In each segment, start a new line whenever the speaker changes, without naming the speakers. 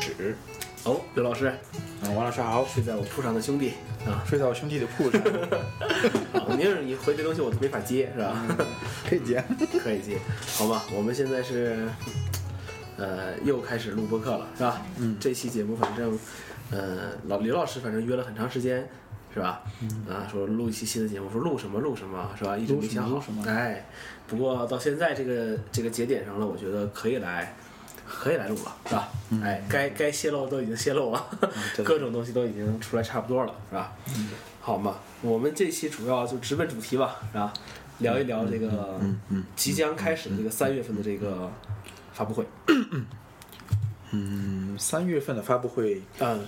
石，
哦，刘老师
啊，王老师好，
睡在我铺上的兄弟啊，
睡在我兄弟的铺上，
啊您是你回这东西我都没法接是吧？
嗯可以接。
可以接，好吧，我们现在是，呃，又开始录播客了，是吧？嗯，这期节目反正，呃，老刘老师反正约了很长时间，是吧？啊，说录一期新的节目，说录什么录什么，是吧？一直没想好
嗯录什么录，什么
哎，不过到现在这个这个节点上了，我觉得可以来。可以来录了，是吧？
嗯
哎，该该泄露都已经泄露了，
对
各种东西都已经出来差不多了，是吧？好嘛，我们这期主要就直奔主题吧，是吧？聊一聊这个即将开始的这个三月份的这个发布会。
嗯，三月份的发布会
嗯，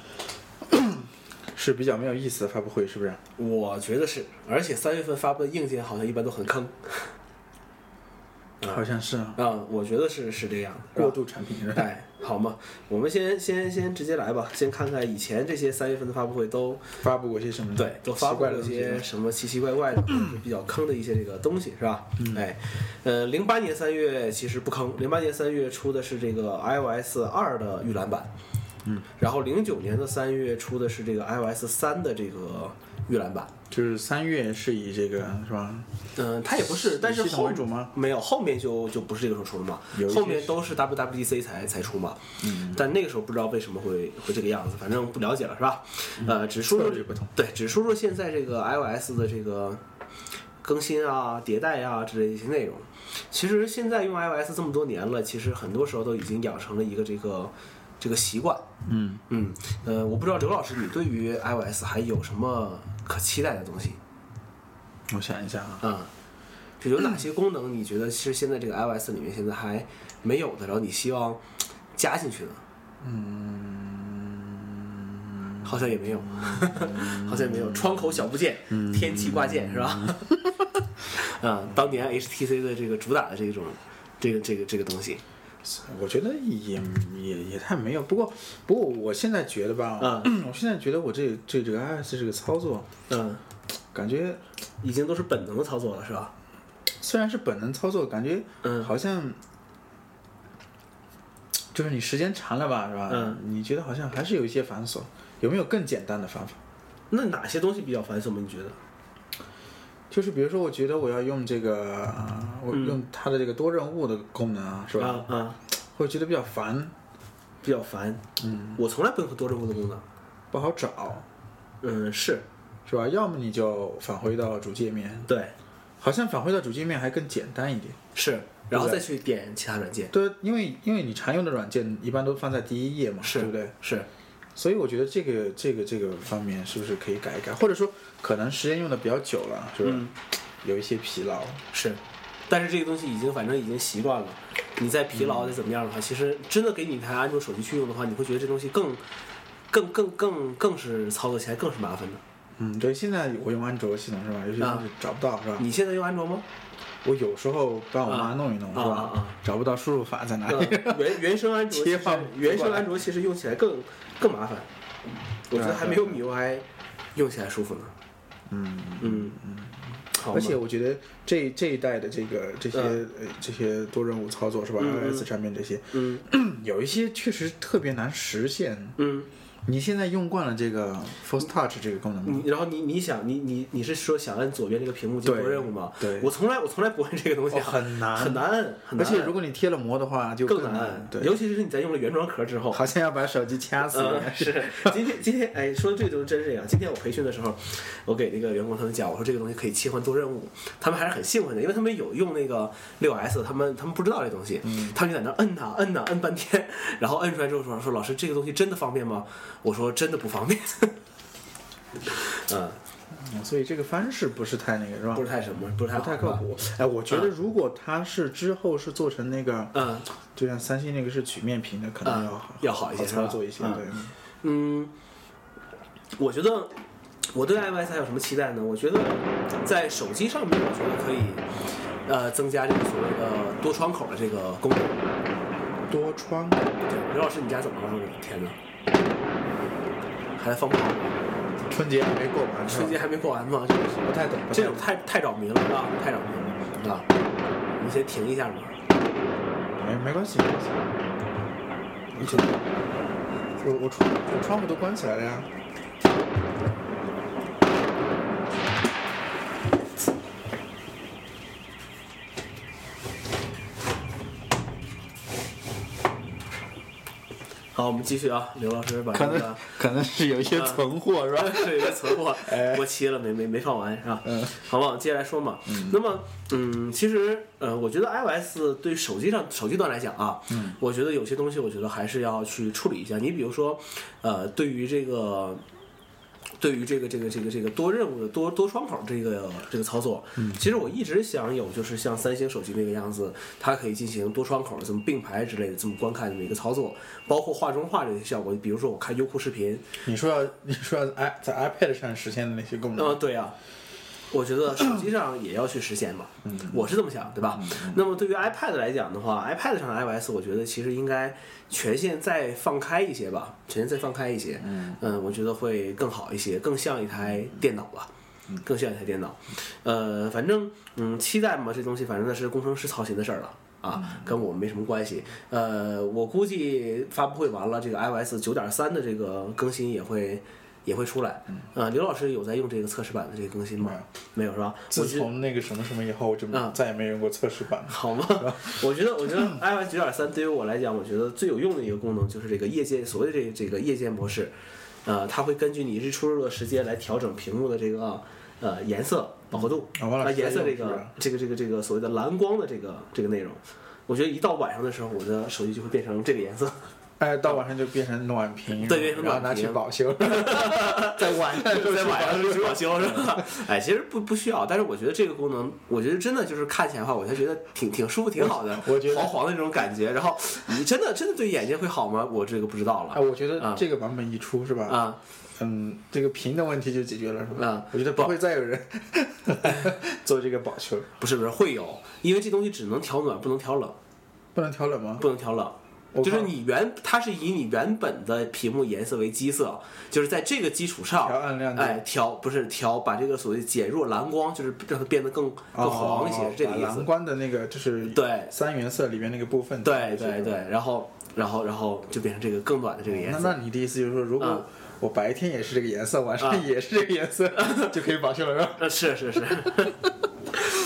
是比较没有意思的发布会，是不是？
我觉得是，而且三月份发布的硬件好像一般都很坑。
好像是啊
啊，我觉得是是这个样子。是吧
过渡产品。
哎，好嘛，我们先先先直接来吧，先看看以前这些三月份的发布会都
发布过些什么？
对，都发
奇
布
怪
了
的
一
东西
些
吗。
什么奇奇怪怪的、或者是比较坑的一些这个东西，是吧？哎，呃，零八年三月其实不坑，零八年三月出的是这个 iOS 二的预览版，嗯，然后零九年的三月出的是这个 iOS 三的这个预览版，
就是三月是以这个是吧？
嗯、它也不是，但是
以系统
后
为主吗？
没有，后面就就不是这个时候出了嘛
有一，些
后面都是 WWDC 才才出嘛，嗯，但那个时候不知道为什么会会这个样子，反正不了解了是吧？呃，只说
嗯策
说
略不同。
对，只说说现在这个 iOS 的这个更新啊、迭代啊之类的一些内容。其实现在用 iOS 这么多年了，其实很多时候都已经养成了一个这个这个习惯。
嗯
嗯，呃，我不知道刘老师你对于 iOS 还有什么可期待的东西
我想一下啊，
啊？就有哪些功能你觉得是现在这个 iOS 里面现在还没有的，然后你希望加进去的？嗯，好像也没有， 好像也没有。窗口小部件，天气挂件是吧？ 啊，当年 HTC 的这个主打的这种，这个这个这个东西，
我觉得也也也太没有。不过不过，我现在觉得吧， 我现在觉得我这这这个 iOS 这个操作，
嗯，
感觉
已经都是本能的操作了是吧？
虽然是本能操作，感觉
嗯
好像就是你时间长了吧，是吧？
嗯，
你觉得好像还是有一些繁琐，有没有更简单的方法？
那哪些东西比较繁琐吗？你觉得？
就是比如说，我觉得我要用这个，呃我用它的这个多任务的功能啊，是吧？
嗯啊啊，
会觉得比较烦，
比较烦。嗯，我从来不用多任务的功能。
不好找，
嗯，是
是吧？要么你就返回到主界面，
对，
好像返回到主界面还更简单一点。
是，然后再去点其他软件。
对，因为因为你常用的软件一般都放在第一页嘛，
是，
对不对？？
是，
所以我觉得这个这个这个方面是不是可以改一改，或者说可能时间用的比较久了，是不是、
嗯
有一些疲劳？
是，但是这个东西已经反正已经习惯了。你再疲劳再怎么样的话，其实真的给你一台安卓手机去用的话，你会觉得这东西更、更、更、更、更是操作起来更是麻烦的。
嗯，对，现在我用安卓系统是吧？有些东西找不到、是吧？
你现在用安卓吗？
我有时候帮我妈弄一弄、
啊
是吧、
啊啊啊
找不到输入法在哪里，
呃原原生安卓其实
切换不过来
原生安卓其实用起来更更麻烦，我觉得还没有 MIUI 用起来舒服呢。
嗯。
嗯嗯，好嘛啊
而且我觉得这这一代的这个这些、呃这些多任务操作是吧、
嗯嗯
iOS 上面这些，
嗯
有一些确实特别难实现。
嗯，
你现在用惯了这个 Force Touch 这个功能吗？
你然后你你想你你你是说想按左边这个屏幕去做
对
任务吗？
对
我从来我从来不按这个东西、啊
哦很难
很难很
而
难，
且如果你贴了膜的话，就
更
难。对，
尤其是你在用了原装壳之后，
好像要把手机掐死了。
嗯，是。 今天今天哎，说这个东西真是这样。今天我培训的时候，我给那个员工他们讲，我说这个东西可以切换做任务，他们还是很兴奋的，因为他们有用那个六 S，他们他们不知道这东西，
嗯
他们就在那摁呐摁呐摁半天，然后摁出来之后说说老师这个东西真的方便吗？我说真的不方便。 嗯，
嗯所以这个方式不是太那个，是吧
不？是太什么，不是嗯太
不太
好
靠
吧。
谱。哎，我觉得如果它是之后是做成那个，
嗯
就像三星那个是曲面屏的，可能
嗯
要
要好一些
操作一些。
是吧
对，
嗯，我觉得我对 iOS 还有什么期待呢？我觉得在手机上面，我觉得可以呃增加这个所谓的多窗口的这个功能。
多窗
对，刘老师，你家怎么了？我的天哪！还在放炮，
春节还没过完，是吧
春节还没过完吗？这个是
不太懂。
这种太太扰民了啊，太扰民了啊！你先停一下嘛。
没没关系，没关系。
你可能
我我窗我窗户都关起来了呀。
好，我们继续啊，刘老师把
可
这
能
个。
可能是有一
嗯
些存货是吧？
对，有存货
哎，
过期了没没没放完是吧？
嗯，
好吧，我们接着来说嘛。那么，嗯，其实呃，我觉得 iOS 对于手机上手机端来讲啊，嗯，我觉得有些东西我觉得还是要去处理一下。你比如说，呃，对于这个。对于这个这个这个这个多任务的多多窗口这个这个操作，嗯，其实我一直想有就是像三星手机那个样子，它可以进行多窗口的这么并排之类的这么观看这么一个操作，包括画中画这些效果，比如说我看优酷视频，
你说要你说要 i 在 iPad 上实现的那些功
嗯，
能，
对啊，我觉得手机上也要去实现嘛，我是这么想，对吧？那么对于 iPad 来讲的话，iPad 上的 iOS，我觉得其实应该权限再放开一些吧，权限再放开一些，嗯，我觉得会更好一些，更像一台电脑吧。更嗯像一台电脑，呃，反正嗯，期待嘛，这东西反正那是工程师操心的事儿了啊，跟我们没什么关系。呃，我估计发布会完了，这个 iOS 九点三的这个更新也会也会出来。呃，刘老师有在用这个测试版的这个更新吗？没有是吧？我
自
觉得
从那个什么什么以后，我就
嗯
再也没用过测试版了。
好吗？我觉得，我觉
嗯
得 iOS 九点三对于我来讲，我觉得最有用的一个功能就是这个夜间所谓的这个这个夜间模式，呃，它会根据你日出入的时间来调整屏幕的这个呃颜色饱和度，
啊王老
啊
师
颜色
在
这
用是
个
吧
这个这个这个所谓的蓝光的这个这个内容。我觉得一到晚上的时候，我的手机就会变成这个颜色。
哎，到晚上就变成暖瓶，
对变成
然后
暖
拿去
瓶
保修。
在晚 上在晚上吃保 修是吧？哎，其实不不需要，但是我觉得这个功能，我觉得真的就是看起来的话，我才觉得挺挺舒服、挺好的，
我我觉得
黄黄的那种感觉。然后你真的真的对眼睛会好吗？我这个不知道
哎，
了
我觉得
啊
这个版本一出是吧？
啊。
嗯，这个屏的问题就解决了是吧
啊？
我觉得不会再 有人做这个保修了，
不是不是会有，因为这东西只能调暖，不能调冷，
不能调冷吗？
不能调冷。
我
就是
靠
你原它是以你原本的屏幕颜色为基色，就是在这个基础上
调暗亮度
哎，调不是调把这个所谓减弱蓝光，就是让它变得更更黄一些，
哦
是这个
把
意思
蓝。光的那个就是
对
三原色里面那个部分。
对对对，然后然后然后就变成这个更短的这个颜
那
色。
那你的意思就是说，如果
啊
我白天也是这个颜色，晚
啊
上也是这个 颜色，就可以保修了是吧？
呃，是 是是，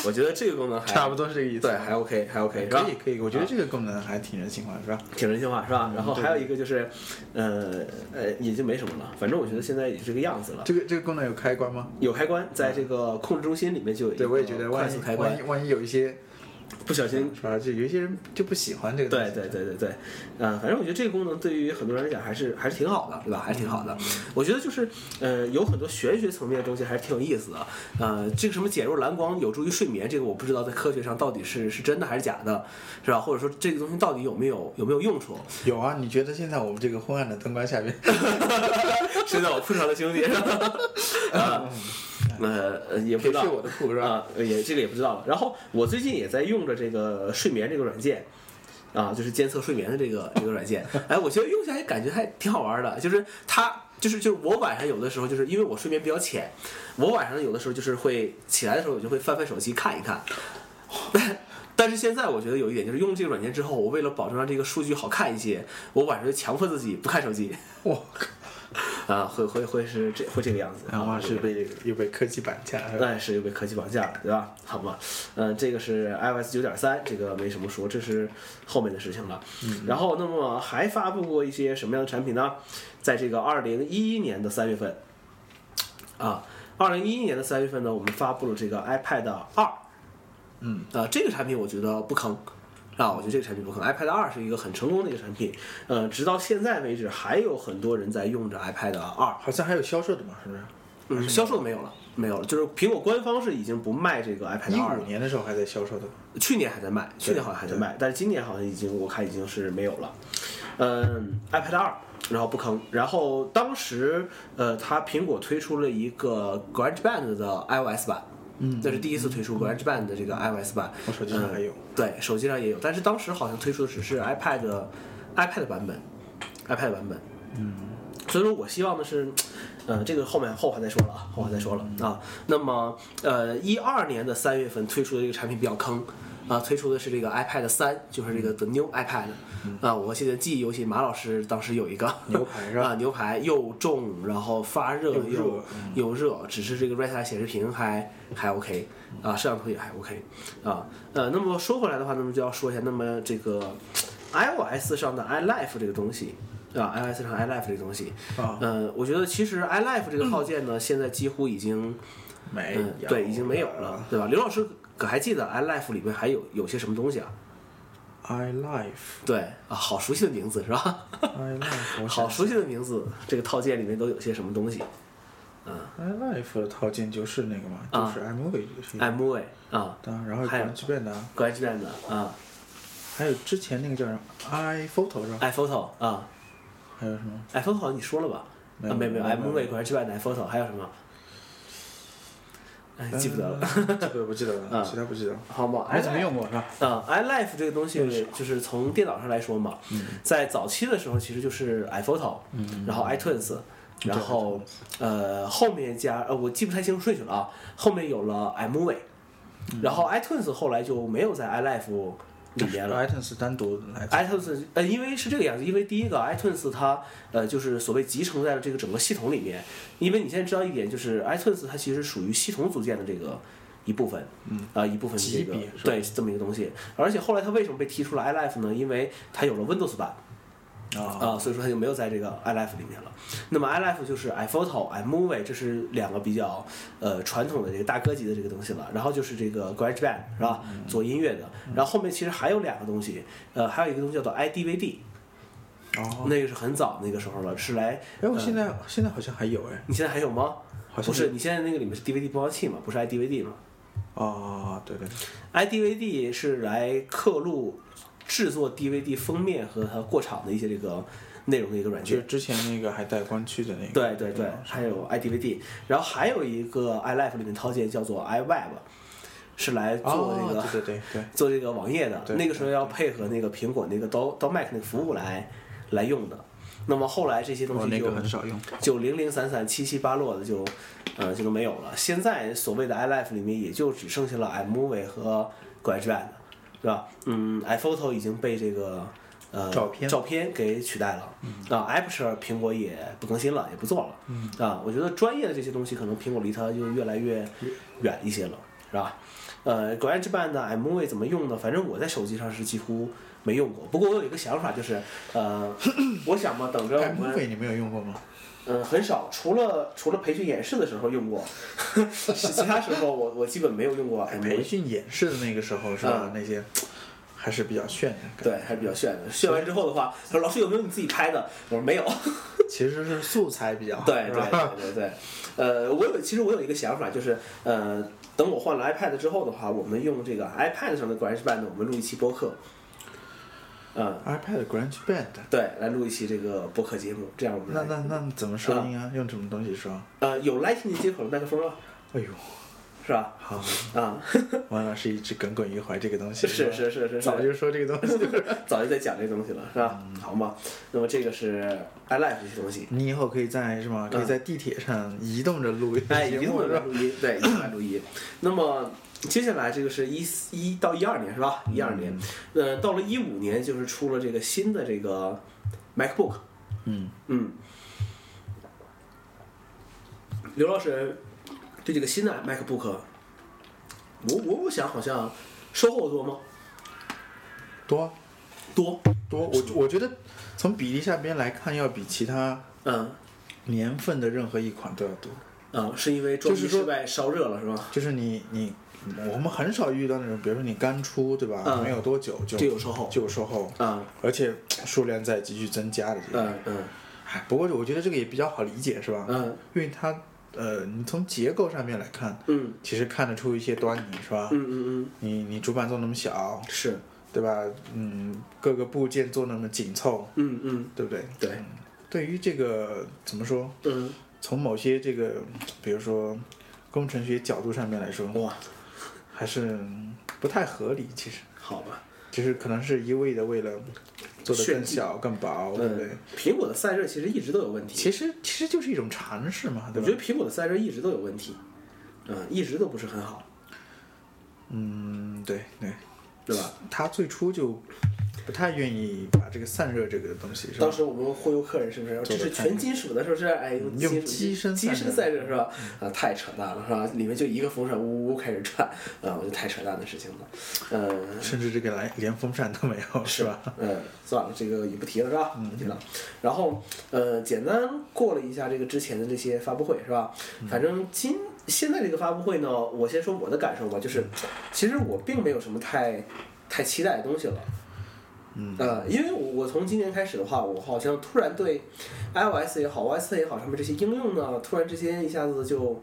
我觉得这个功能还
差不多是这个意思。哎啊
对，还 OK 还 OK 是吧
可以可以，我觉得这个功能还挺人性化是吧？
挺人性化是吧？然后还有一个就是，呃呃，也就没什么了，反正我觉得现在也就这个样子了。
这个这个功能有开关吗？哦
有开关，在这个控制中心里面就有一
对，
个
我也觉得，
快
万一
速开
万
关
一，万一有一些
不小心
是吧？就有一些人就不喜欢这个东
对
西。
对对对对，呃，反正我觉得这个功能对于很多人来讲还是还是挺好的，对吧？还是挺好的。我觉得就是呃，有很多玄学层面的东西还是挺有意思的。呃，这个什么减弱蓝光有助于睡眠，这个我不知道在科学上到底是是真的还是假的，是吧？或者说这个东西到底有没有有没有用 处？
有啊，你觉得现在我们这个昏暗的灯光下面，
是在我裤上的兄弟， 啊，呃，呃也不
可
知
以
道
睡我的 裤是吧？
啊，也这个也不知道了。然后我最近也在用着这个睡眠这个软件。啊，就是监测睡眠的这个这个软件，哎，我觉得用起来感觉还挺好玩的。就是它，就是就是我晚上有的时候，就是因为我睡眠比较浅，我晚上有的时候就是会起来的时候，我就会翻翻手机看一看。 但但是现在我觉得有一点，就是用这个软件之后，我为了保证让这个数据好看一些，我晚上就强迫自己不看手机。
我
啊，会会会是这会这个样子。
然后是被又被科技绑架是吧？
那也是又被科技绑架了，对吧？好吧，嗯、这个是 iOS 九点三，这个没什么说，这是后面的事情了。然后，那么还发布过一些什么样的产品呢？在这个二零一一年的三月份，啊，二零一一年的三月份呢，我们发布了这个 iPad 二，
嗯，
啊，这个产品我觉得不坑。啊，我觉得这个产品不坑。iPad 二是一个很成功的一个产品，呃，直到现在为止，还有很多人在用着 iPad 二。
好像还有销售的嘛，是不是？
嗯，销售没有了，没有了。就是苹果官方是已经不卖这个 iPad
一
二
五
了，
年的时候还在销售的，
去年还在卖，去年好像还在卖，但是今年好像已经我看已经是没有了。嗯，iPad 二，然后不坑。然后当时呃，它苹果推出了一个 GarageBand 的 iOS 版，嗯，那是第一次推出 GarageBand 的这个 iOS 版。
我手机上还有。嗯
对，手机上也有，但是当时好像推出的只是 iPad iPad 版本，iPad 版本。嗯，所以说我希望的是，呃，这个后面后话再说了
嗯
啊，后话再说了啊。那么呃，一二年的三月份推出的这个产品比较坑。啊，推出的是这个 iPad 三，就是
嗯
这个 The New iPad 啊，我记得记忆犹新，马老师当时有一个
牛排是吧
啊，牛排又重，然后发热
又热嗯
又又热，只是这个 Retina 显示屏还还 OK 啊，摄像头也还 OK 啊，呃，那么说回来的话，那么就要说一下，那么这个 iOS 上的 iLife 这个东西。啊，iOS 上 iLife 这个东西，
啊嗯
呃，我觉得其实 iLife 这个套件呢，现在几乎已经
没
嗯，
有啊
对，已经没有了，。对吧？刘老师可还记得 iLife 里面还有有些什么东西啊？
I life
对啊，好熟悉的名字是吧？
I life 我
好
想
熟悉的名字，这个套件里面都有些什么东西
I life 的套件就是那个嘛，
啊
就是 iMovie 这些，
？iMovie 啊
当然后有
还有
GarageBand 啊，
，GarageBand 啊
还有之前那个叫什么 iPhoto 是吧？
，iPhoto 啊
还有什么？
，iPhoto 好像你说了吧？
没
啊，
有
没有没有
没有没
，iMovie、GarageBand、iPhoto 还有什么？哎， 记不得了。哦
呃，这个不记得
啊
了，其他不记得了。
好吧，
没怎么用过嗯是吧？
啊、i l i f e 这个东西就是从电脑上来说嘛，
嗯
在早期的时候其实就是 iPhoto，、然后 iTunes，然后呃后面加呃我记不太清楚顺序了啊，后面有了 iMovie，、然
嗯
后 iTunes 后来就没有在 iLife 里面了。
iTunes 单独来自
iTunes 呃，因为是这个样子，因为第一个 iTunes 它呃就是所谓集成在了这个整个系统里面，因为你现在知道一点，就是 iTunes 它其实属于系统组件的这个一部分，嗯啊、一部分这个
级别是吧
对这么一个东西，而且后来它为什么被踢出了 iLife 呢？因为它有了 Windows 版，
啊
啊、所以说它就没有在这个 iLife 里面了。那么 iLife 就是 iPhoto、iMovie，这是两个比较呃传统的这个大哥级的这个东西了。然后就是这个 GarageBand 是吧，
嗯
做音乐的。然后后面其实还有两个东西，呃，还有一个东西叫做 iDVD，
哦，
那个是很早那个时候了，是来
哎，我现在现在好像还有哎，
你现在还有吗？
好
嗯不
像
是，你现在那个里面是 DVD 播放器嘛，不是 iDVD 嘛
哦，对对，对
？iDVD 是来刻录制作 DVD 封面和它过场的一些这个内容的一个软件
就。之前那个还带光驱的那个，
对对对，还有 iDVD，然后还有一个 iLife 里面套件叫做 iWeb，是来做
哦
这个、
对对对
做这个网页的。
对
那个时候要配合那个苹果那个 Do Do Mac 那个服务来来用的。那么后来这些
对，
东
我
西
哦那
就
个很少用，
就零零散散、七七八落的就，呃，就都没有了。现在所谓的 iLife 里面也就只剩下了 iMovie 和 GarageBand，是吧？嗯，iPhoto 已经被这个呃
照片嗯
照片给取代了。啊，Aperture 苹果也不更新了，也不做了。啊，我觉得专业的这些东西可能苹果离它就越来越远一些了，是吧？呃，GarageBand 的 MV 怎么用呢？反正我在手机上是几乎没用过。不过我有一个想法，就是呃， 我想嘛，等着我们
iMovie 哎你没有用过吗？
嗯，很少，除了除了培训演示的时候用过， 其其他时候我我基本哎没有嗯用过 M
培训演示的那个时候是吧？那些还是比较炫的，感觉，
对，还是比较炫的。炫完之后的话，他说老师有没有你自己拍的？我说没有。
其实是素材比较好，
对
是
对
吧？
对对对，呃，我有其实我有一个想法，就是呃，等我换了 iPad 之后的话，我们用这个 iPad 上的 GarageBand，我们录一期播客。嗯，
iPad GarageBand，
对，来录一期这个播客节目，这样我们
那
来
那那怎么收音啊？用什么东西收？
呃有 Lightning 接口的麦克风啊，
哎呦，
是吧？
好，
啊、
王老师一直耿耿于怀这个东 西，
是
吧
是是是，
早就说这个 东西，
早就在讲这东西了，是吧？
嗯
好嘛，那么这个是 iLife 这些东西，
你以后可以在什么？可以在地铁上移动着录音，
嗯哎，已经
节目
会
是吧
录音，对，已经来录音。那么接下来这个是一一到一二年是吧？一二年，
嗯
呃，到了一五年就是出了这个新的这个 MacBook，
嗯，
嗯，刘老师对这个新的 MacBook，我我我想好像收获多吗？
多
多，
多，我我觉得从比例下边来看，要比其他
嗯
年份的任何一款都要多。
嗯，是因为装
就
机
是说
失败烧热了是吧？
就是你你，我们很少遇到那种，比如说你刚出对吧，
嗯
没有多久就
就有售后
就有售后，
啊、
而且数量在急剧增加的这种。
嗯嗯
哎，不过我觉得这个也比较好理解，是吧？
嗯
因为它呃，你从结构上面来看，
嗯
其实看得出一些端倪，是吧？
嗯嗯
你你主板做那么小，
嗯，是，
对吧？嗯，各个部件做那么紧凑，
嗯嗯
对不对？
对
嗯对于这个怎么说？
嗯，
从某些这个，比如说工程学角度上面来说，
哇，
还是不太合理。其实，
好吧，
其实可能是一味的为了做的
炫
更
技
小、更薄，对不对？
嗯，苹果的散热其实一直都有问题，
其实其实就是一种尝试嘛，
我
对吧
觉？得苹果的散热一直都有问题，嗯，一直都不是很好。
嗯，对对，
对吧？
他最初就不太愿意把这个散热这个东西，是吧
当时我们忽悠客人是不是？这是全金属的，是不是？哎，
用
金属
机身
机
散热嗯
身散热是吧？啊，太扯淡了是吧？里面就一个风扇呜呜开始转啊，我觉得太扯淡的事情了。嗯，
甚至这个连连风扇都没有，是吧？？
嗯，算了，这个也不提了，是吧？不提了。然后，呃，简单过了一下这个之前的这些发布会，是吧？反正今现在这个发布会呢，我先说我的感受吧，就是其实我并没有什么太太期待的东西了。嗯，呃，因为我我从今年开始的话，我好像突然对 iOS 也好，OS 也好，上面这些应用呢，突然之间一下子就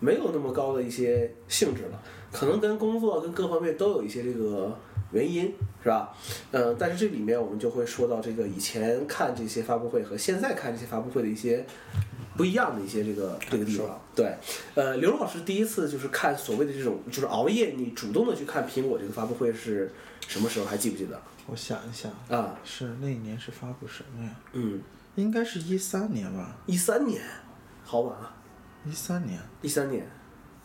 没有那么高的一些兴致了，可能跟工作跟各方面都有一些这个原因，是吧？嗯、但是这里面我们就会说到这个以前看这些发布会和现在看这些发布会的一些不一样的一些这个这个地方。对，呃，刘老师第一次就是看所谓的这种就是熬夜，你主动的去看苹果这个发布会是什么时候？还记不记得？
我想一想，
啊，
是那一年是发布什么呀？
嗯，
应该是一三年吧，
一三年，好晚啊，
一三年
一三年，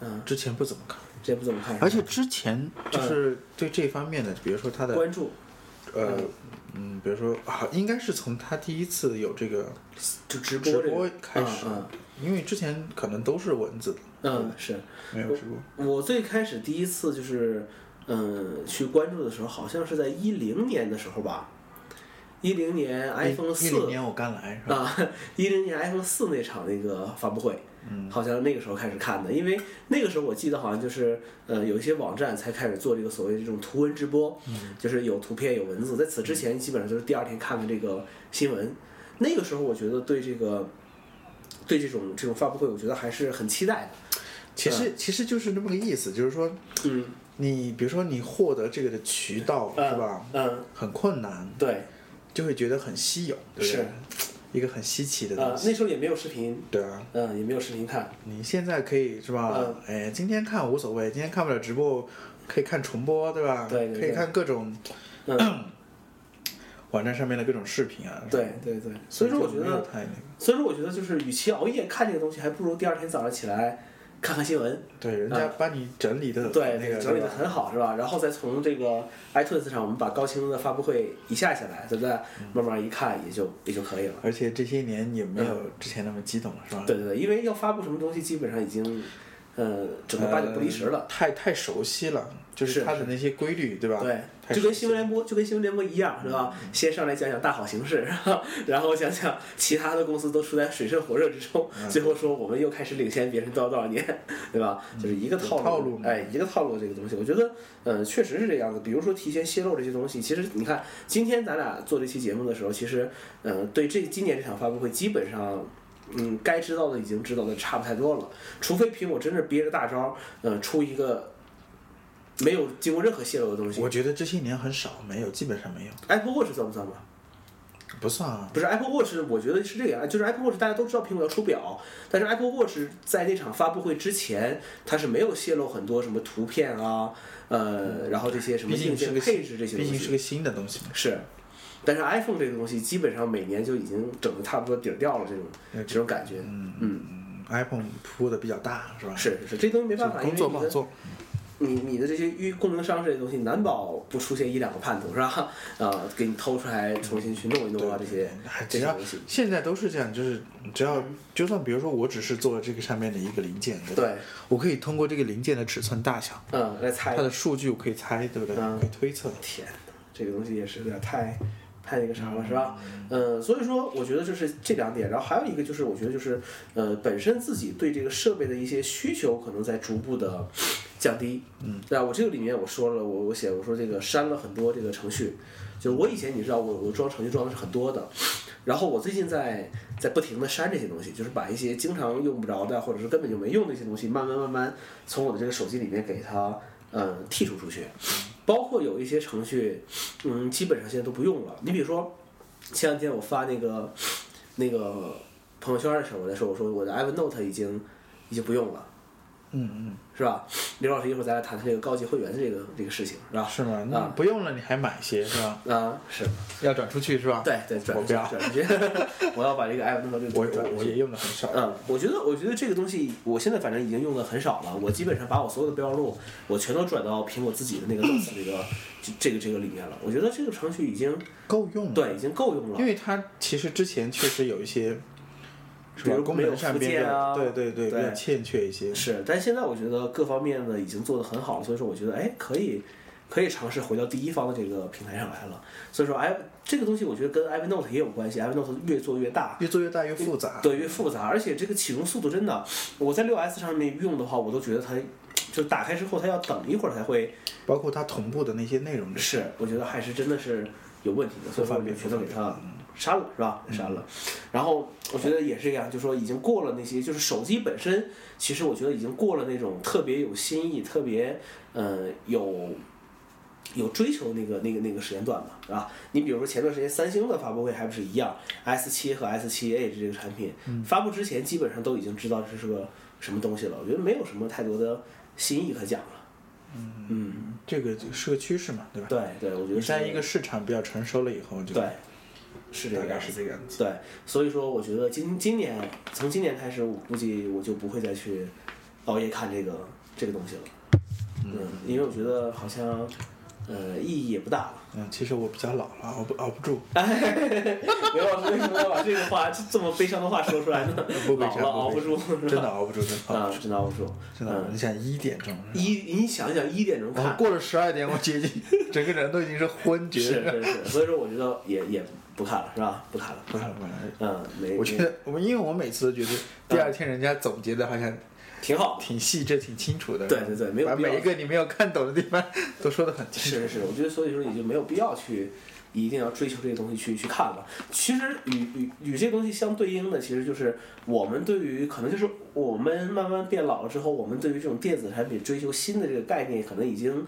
嗯，
之前不怎么看，
这不怎么看，
而且之前就是对这方面的，比如说他的
关注
呃嗯，比如说啊，应该是从他第一次有这个
就直播
直
这个
播开始
嗯嗯，
因为之前可能都是文字的，
嗯，是
没有直播。
我最开始第一次就是，嗯，去关注的时候，好像是在一零年的时候吧，一零年 iPhone
哎一零
四
年我刚来是吧？
啊，一零年 iPhone 四那场那个发布会，
嗯
好像那个时候开始看的，因为那个时候我记得好像就是，呃，有一些网站才开始做这个所谓的这种图文直播，
嗯
就是有图片有文字，在此之前基本上就是第二天看看这个新闻，那个时候我觉得对这个。对这种这种发布会，我觉得还是很期待
其实其实就是那么个意思，就是说
的。嗯
你比如说你获得这个的渠道
嗯
是吧，
嗯，
很困难，
对，
就会觉得很稀有，对不对？一个很稀奇的
呃
东，西，
那时候也没有视频，
对啊。
嗯、也没有视频看，
你现在可以是吧
嗯？
哎，今天看无所谓，今天看不了直播，可以看重播，对吧？
对对
可以
对
看各种
嗯，
网站上面的各种视频啊。
对对对，所以说我觉
就没有
得，
太那个。
所以说我觉得就是，与其熬夜看这个东西，还不如第二天早上起来看看新闻，
对，人家把你整理的
嗯对，
呃那个
整理的
是吧
很好，是吧？然后再从这个 iTunes 上，我们把高清的发布会一下下来，对不对？
嗯
慢慢一看也就也就可以了。
而且这些年也
嗯
没有之前那么激动了，是吧？
对对对，因为要发布什么东西，基本上已经，呃，整个八九不离十
呃
了。
太太熟悉了，就是
是
它的那些规律，对吧？嗯
对，
太
就跟
熟悉
新闻联播，就跟新闻联播一样，是吧？先上来讲讲大好形势，然 后然后讲讲其他的公司都处在水深火热之中，
嗯
最后说我们又开始领先别人多少多少年，对吧？就是一个套路，
嗯有套路嘛
哎，一个套路的这个东西，我觉得，嗯、确实是这个样子。比如说提前泄露这些东西，其实你看，今天咱俩做这期节目的时候，其实，嗯、对这今年这场发布会基本上。嗯，该知道的已经知道的差不太多了，除非苹果真是憋着大招，嗯、出一个没有经过任何泄露的东西。
我觉得这些年很少，没有，基本上没有，
Apple Watch 算不算吧？
不算啊。
不是 Apple Watch，我觉得是这样，就是 Apple Watch 大家都知道苹果要出表，但是 Apple Watch 在那场发布会之前，它是没有泄露很多什么图片啊，呃，然后这些什么
毕
硬
竟是
件
个
配置这些
毕
东
竟是
西
个新的东西嘛，
是。但是 iPhone 这个东西基本上每年就已经整的差不多底儿掉了，这种这种感觉，嗯，
嗯，iPhone 铺的比较大，是吧？
是是，这东西没办法，因为
工作
你
不好
的
做，
你你的这些预供应商这些东西，难保不出现一两个叛徒是吧？ 啊、给你偷出来重新去弄一弄啊，这些
哎
这
只
些
要
东西，
现在都是这样，就是只要就算比如说我只是做了这个上面的一个零件，对吧，
对，
我可以通过这个零件的尺寸大小，
嗯，来猜
它的数据我可以猜，对不对？
嗯
可以推测。
天呐，这个东西也是有点太太那个啥了，是吧？嗯，所以说我觉得就是这两点，然后还有一个就是我觉得就是呃，本身自己对这个设备的一些需求可能在逐步的降低。嗯，对吧？我这个里面我说了，我我写我说这个删了很多这个程序，就我以前你知道我我装程序装的是很多的。然后我最近在在不停的删这些东西，就是把一些经常用不着的，或者是根本就没用的一些东西，慢慢慢慢从我的这个手机里面给它嗯剔除出去。包括有一些程序，嗯，基本上现在都不用了。你比如说，前两天我发那个那个朋友圈的时候，我在说，我说我的 iNote 已经已经不用了，
嗯嗯，
是吧？刘老师一会儿咱俩谈谈这个高级会员的这个这个事情，是吧？
是吗？那不用了，你还买些是吧？
啊，是，
要转出去是吧？
对对，转
我不要
转出去，我要把这个 app 弄到这个
我
转
我
出
我
去
也用的很少。
嗯，我觉得，我觉得这个东西，我现在反正已经用的很少了。我基本上把我所有的备忘录，我全都转到苹果自己的那个 Notes 这个这这个这个里面了。我觉得这个程序已经
够用了，，
对，已经够用了
因。为它其实之前确实有一些，是
比
吧？
如
功
没有
能上
附
边
件
的，
啊
对对对，比
对
较欠缺一些。
是，但现在我觉得各方面呢已经做得很好了，所以说我觉得哎可以。可以尝试回到第一方的这个平台上来了，所以说 i 这个东西我觉得跟 iNote 也有关系，iNote 越做越大，
越做越大越复杂，
对，越复杂，而且这个启动速度真的，我在六 S 上面用的话，我都觉得它就打开之后，它要等一会儿才会
包括它同步的那些内容的
是，我觉得还是真的是有问题嗯的，所以说我就全都给它删了，是吧？删了。然后我觉得也是一样，就说已经过了那些，就是手机本身，其实我觉得已经过了那种特别有新意、特别呃有有追求那个那个那个时间段嘛，是吧？你比如说前段时间三星的发布会还不是一样，S 七和 S 七 Edge 这个产品、发布之前，基本上都已经知道这是个什么东西了，我觉得没有什么太多的新意可讲了。嗯，
这个就是个趋势嘛，对吧？
对对，我觉得
你
是
在一个市场比较成熟了以后，就
对，是这
大
个
概
样
是
子。
这个样子。
对，所以说我觉得今今年从今年开始，我估计我就不会再去熬夜看这个这个东西了。嗯，因为我觉得好像呃意义也不大 了。
嗯，其实我比较老了，熬不熬不 住，
刘老师为什么要把这个话这这么悲伤的话说出来呢？
不悲
老
伤
了熬不
不悲
住，
真的熬不住，真的熬
啊
不住，，
真的哦熬不住。
真的熬不住。你想嗯一点钟，是吧
一你想想一点钟
我
看，
过了十二点，我接 近整个人都已经是昏厥
是
了。
是是，所以说我觉得也也不看了，是吧？不看了，
不看了不看了
嗯，没，
我觉
没
得我因为我每次都觉得第二天人家总结的好像
挺好的。
挺细致、挺清楚的，
对对对没有
把
必要
每一个你没有看懂的地方都说的很清楚。
是是是，我觉得所以说也就没有必要去一定要追求这些东西去去看了。其实与与与这东西相对应的，其实就是我们对于可能就是我们慢慢变老了之后，我们对于这种电子产品追求新的这个概念，可能已经。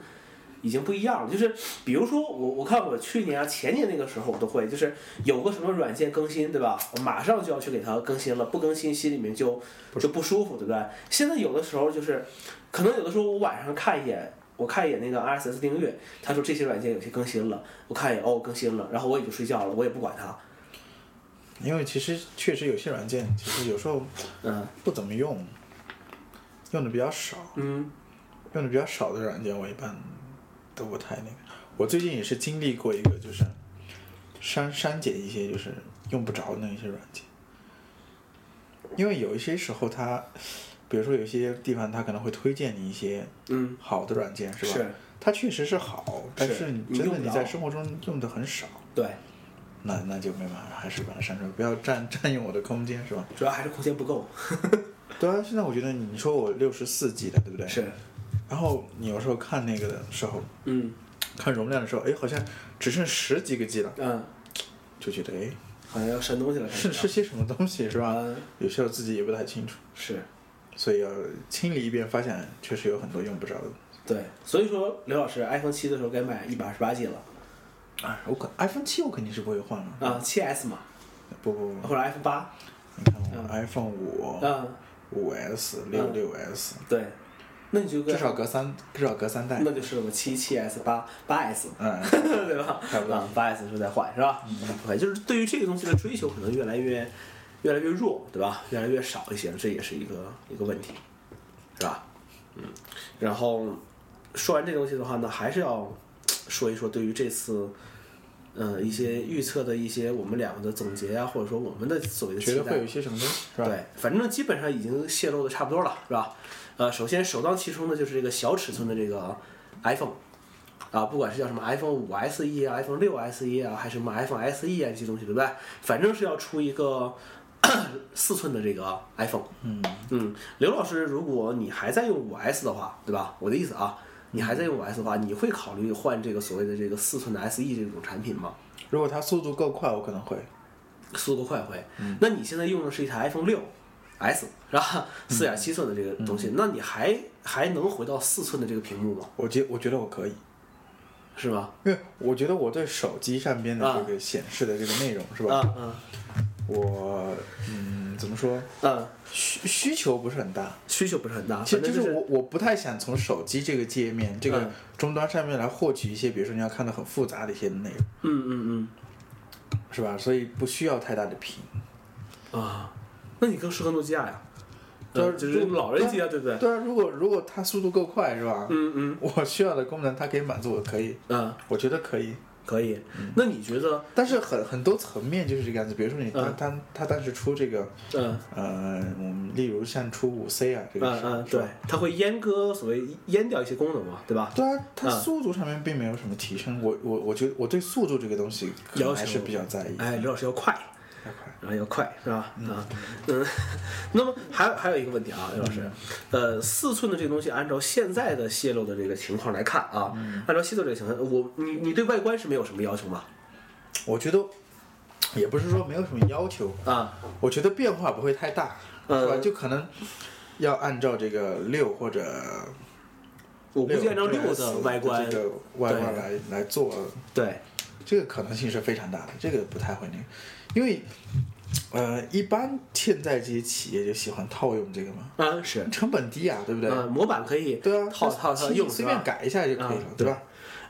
已经不一样了，就是比如说我，我看我去年啊前年那个时候，我都会，就是有个什么软件更新，对吧？我马上就要去给它更新了，不更新心里面就就不舒服，对不对？现在有的时候就是，可能有的时候我晚上看一眼，我看一眼那个 RSS 订阅，他说这些软件有些更新了，我看一眼哦更新了，然后我也就睡觉了，我也不管它。
因为其实确实有些软件，其实有时候
嗯
不怎么用，用的比较少，
嗯
用的比较少的软件，我一般都不太那个。我最近也是经历过一个，就是删删减一些就是用不着的那些软件，因为有一些时候它，比如说有些地方它可能会推荐你一些
嗯，
好的软件，是吧？
是
它确实是好，但是你
你
真的
用不
你
着
在生活中用的很少，
对，
那那就没办法，还是把它删除，不要占 占用我的空间，是吧？
主要还是空间不够。
对啊，现在我觉得你说我六十四 G 的，对不对？。
是，
然后你有时候看那个的时候，
嗯
看容量的时候，哎，好像只剩十几个 G 了，
嗯，
就觉得哎，
好像要删 东西了，开始
是是些什么东西是吧？
嗯
有时候自己也不太清楚，
是。
所以要清理一遍，发现确实有很多用不着的。
对，所以说刘老师 iPhone 七的时候该买一百二十八 G 了
啊，我肯 iPhone 七我肯定是不会换了，
啊，七 S 嘛，
不不不，
或者 iPhone 八，
你看我
嗯
iPhone 五、
嗯，
五 S、六六 S，
对，那你就跟
至少隔三至少隔三代，
那就是我们七七 S 八八 S，
嗯，
对吧？
差不多
啊，八 S 时候再换是吧？OK，就是
嗯
对于这个东西的追求可能越来越越来越弱，对吧？越来越少一些，这也是一个一个问题，是吧？嗯，然后说完这东西的话呢，还是要说一说对于这次。呃，一些预测的一些我们两个的总结啊，或者说我们的所谓的期
觉
待，啊
得会有一些什么东西是吧？
对，反正基本上已经泄露的差不多了，是吧？呃，首先首当其冲的就是这个小尺寸的这个 iPhone，啊，不管是叫什么 iPhone 五 SE 啊、iPhone 六 SE 啊，还是什么 iPhone SE 啊这些东西，对不对？反正是要出一个 四寸的这个 iPhone。
嗯，
嗯，刘老师，如果你还在用五 S 的话，对吧？我的意思啊，你还在用五 S 的话，你会考虑换这个所谓的这个四寸的 SE 这种产品吗？
如果它速度够快，我可能会。
速度快回。那你现在用的是一台 iPhone 六 S 是吧？四点七寸的这个东西，那你还还能回到四寸的这个屏幕吗？
我觉我觉得我可以，
是吗？
因为我觉得我对啊
嗯
手机上边的这个显示的这个内容、是吧？
啊
我嗯，怎么说
嗯，
需需求不是很大。
需求不是很大，
其实
反正
啊就是我我不太想从手机这个界面、这个
嗯
终端上面来获取一些，比如说你要看到很复杂的一些内容，
嗯嗯
是吧？所以不需要太大的屏。
嗯啊，那你更适合诺基亚呀，
对
嗯就是老人机啊，对不对？
对啊，如果如果它速度够快，是吧？
嗯嗯
我需要的功能它可以满足我，可以，
嗯，
我觉得可以。
可以。那你觉得，
但是很很多层面就是这个样子，比如说你当
嗯
当他当时出这个，
嗯
呃，我们例如像出五 C 啊这个
嗯
事，
嗯，
是
对，
吧
它会阉割所谓阉掉一些功能嘛，对嗯吧？
对啊，它
嗯
速度上面并没有什么提升。我我我觉得我对速度这个东西可能
要
还
求
是比较在意。
哎，刘老师要快，
太快了
然后要快是吧？啊，嗯，那么还有还有一个问题啊，刘老师，
嗯
呃，四寸的这个东西，按照现在的泄露的这个情况来看啊，
嗯
按照泄露这个情况，我你你对外观是没有什么要求吗？
我觉得也不是说没有什么要求，
啊，
我觉得变化不会太大，
嗯
是吧？就可能要按照这个六或者
我估
六
计按照六的
6
外观，
这个外观来来做，
对，
这个可能性是非常大的，这个不太会那个，因为呃，一般现在这些企业就喜欢套用这个嘛，
啊是，
成本低啊，对不对？
呃，模板可以
对啊，
套套套
随
用是
随
吧
便改一下就可以了，
嗯
对吧？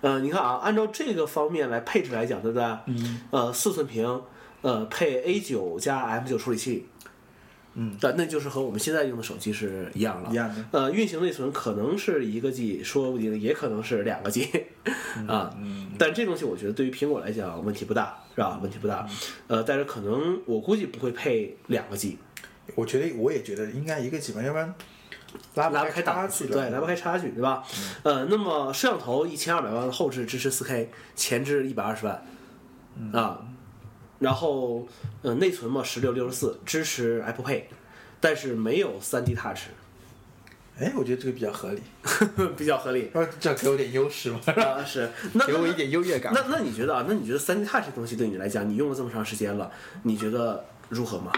呃，你看啊，按照这个方面来配置来讲，对不对？嗯。呃，四寸屏，呃，配 A 九加 M 九处理器。
嗯
对，那就是和我们现在用的手机是一样了。
一样的。
呃，运行内存可能是一个 G，说不定也可能是两个 G，啊，
嗯
但这东西我觉得对于苹果来讲问题不大，是吧？问题不大。
嗯
呃，但是可能我估计不会配两个 G，
我觉得我也觉得应该一个几万，要不然拉
拉
不
不开
差
档次，
距了。
对，拉不开差距，对吧？
嗯
呃，那么摄像头一千二百万，后置支持四 K，前置一百二十万，
嗯
啊，然后呃内存嘛十六六十四，支持 Apple Pay，但是没有三 D Touch，
哎，我觉得这个比较合理， 。
比较合理
要这样给我点优势嘛，
啊，是，那
给我一点优越感
那。那你觉得啊？那你觉得三 D Touch 这东西对你来讲，你用了这么长时间了，你觉得如何吗？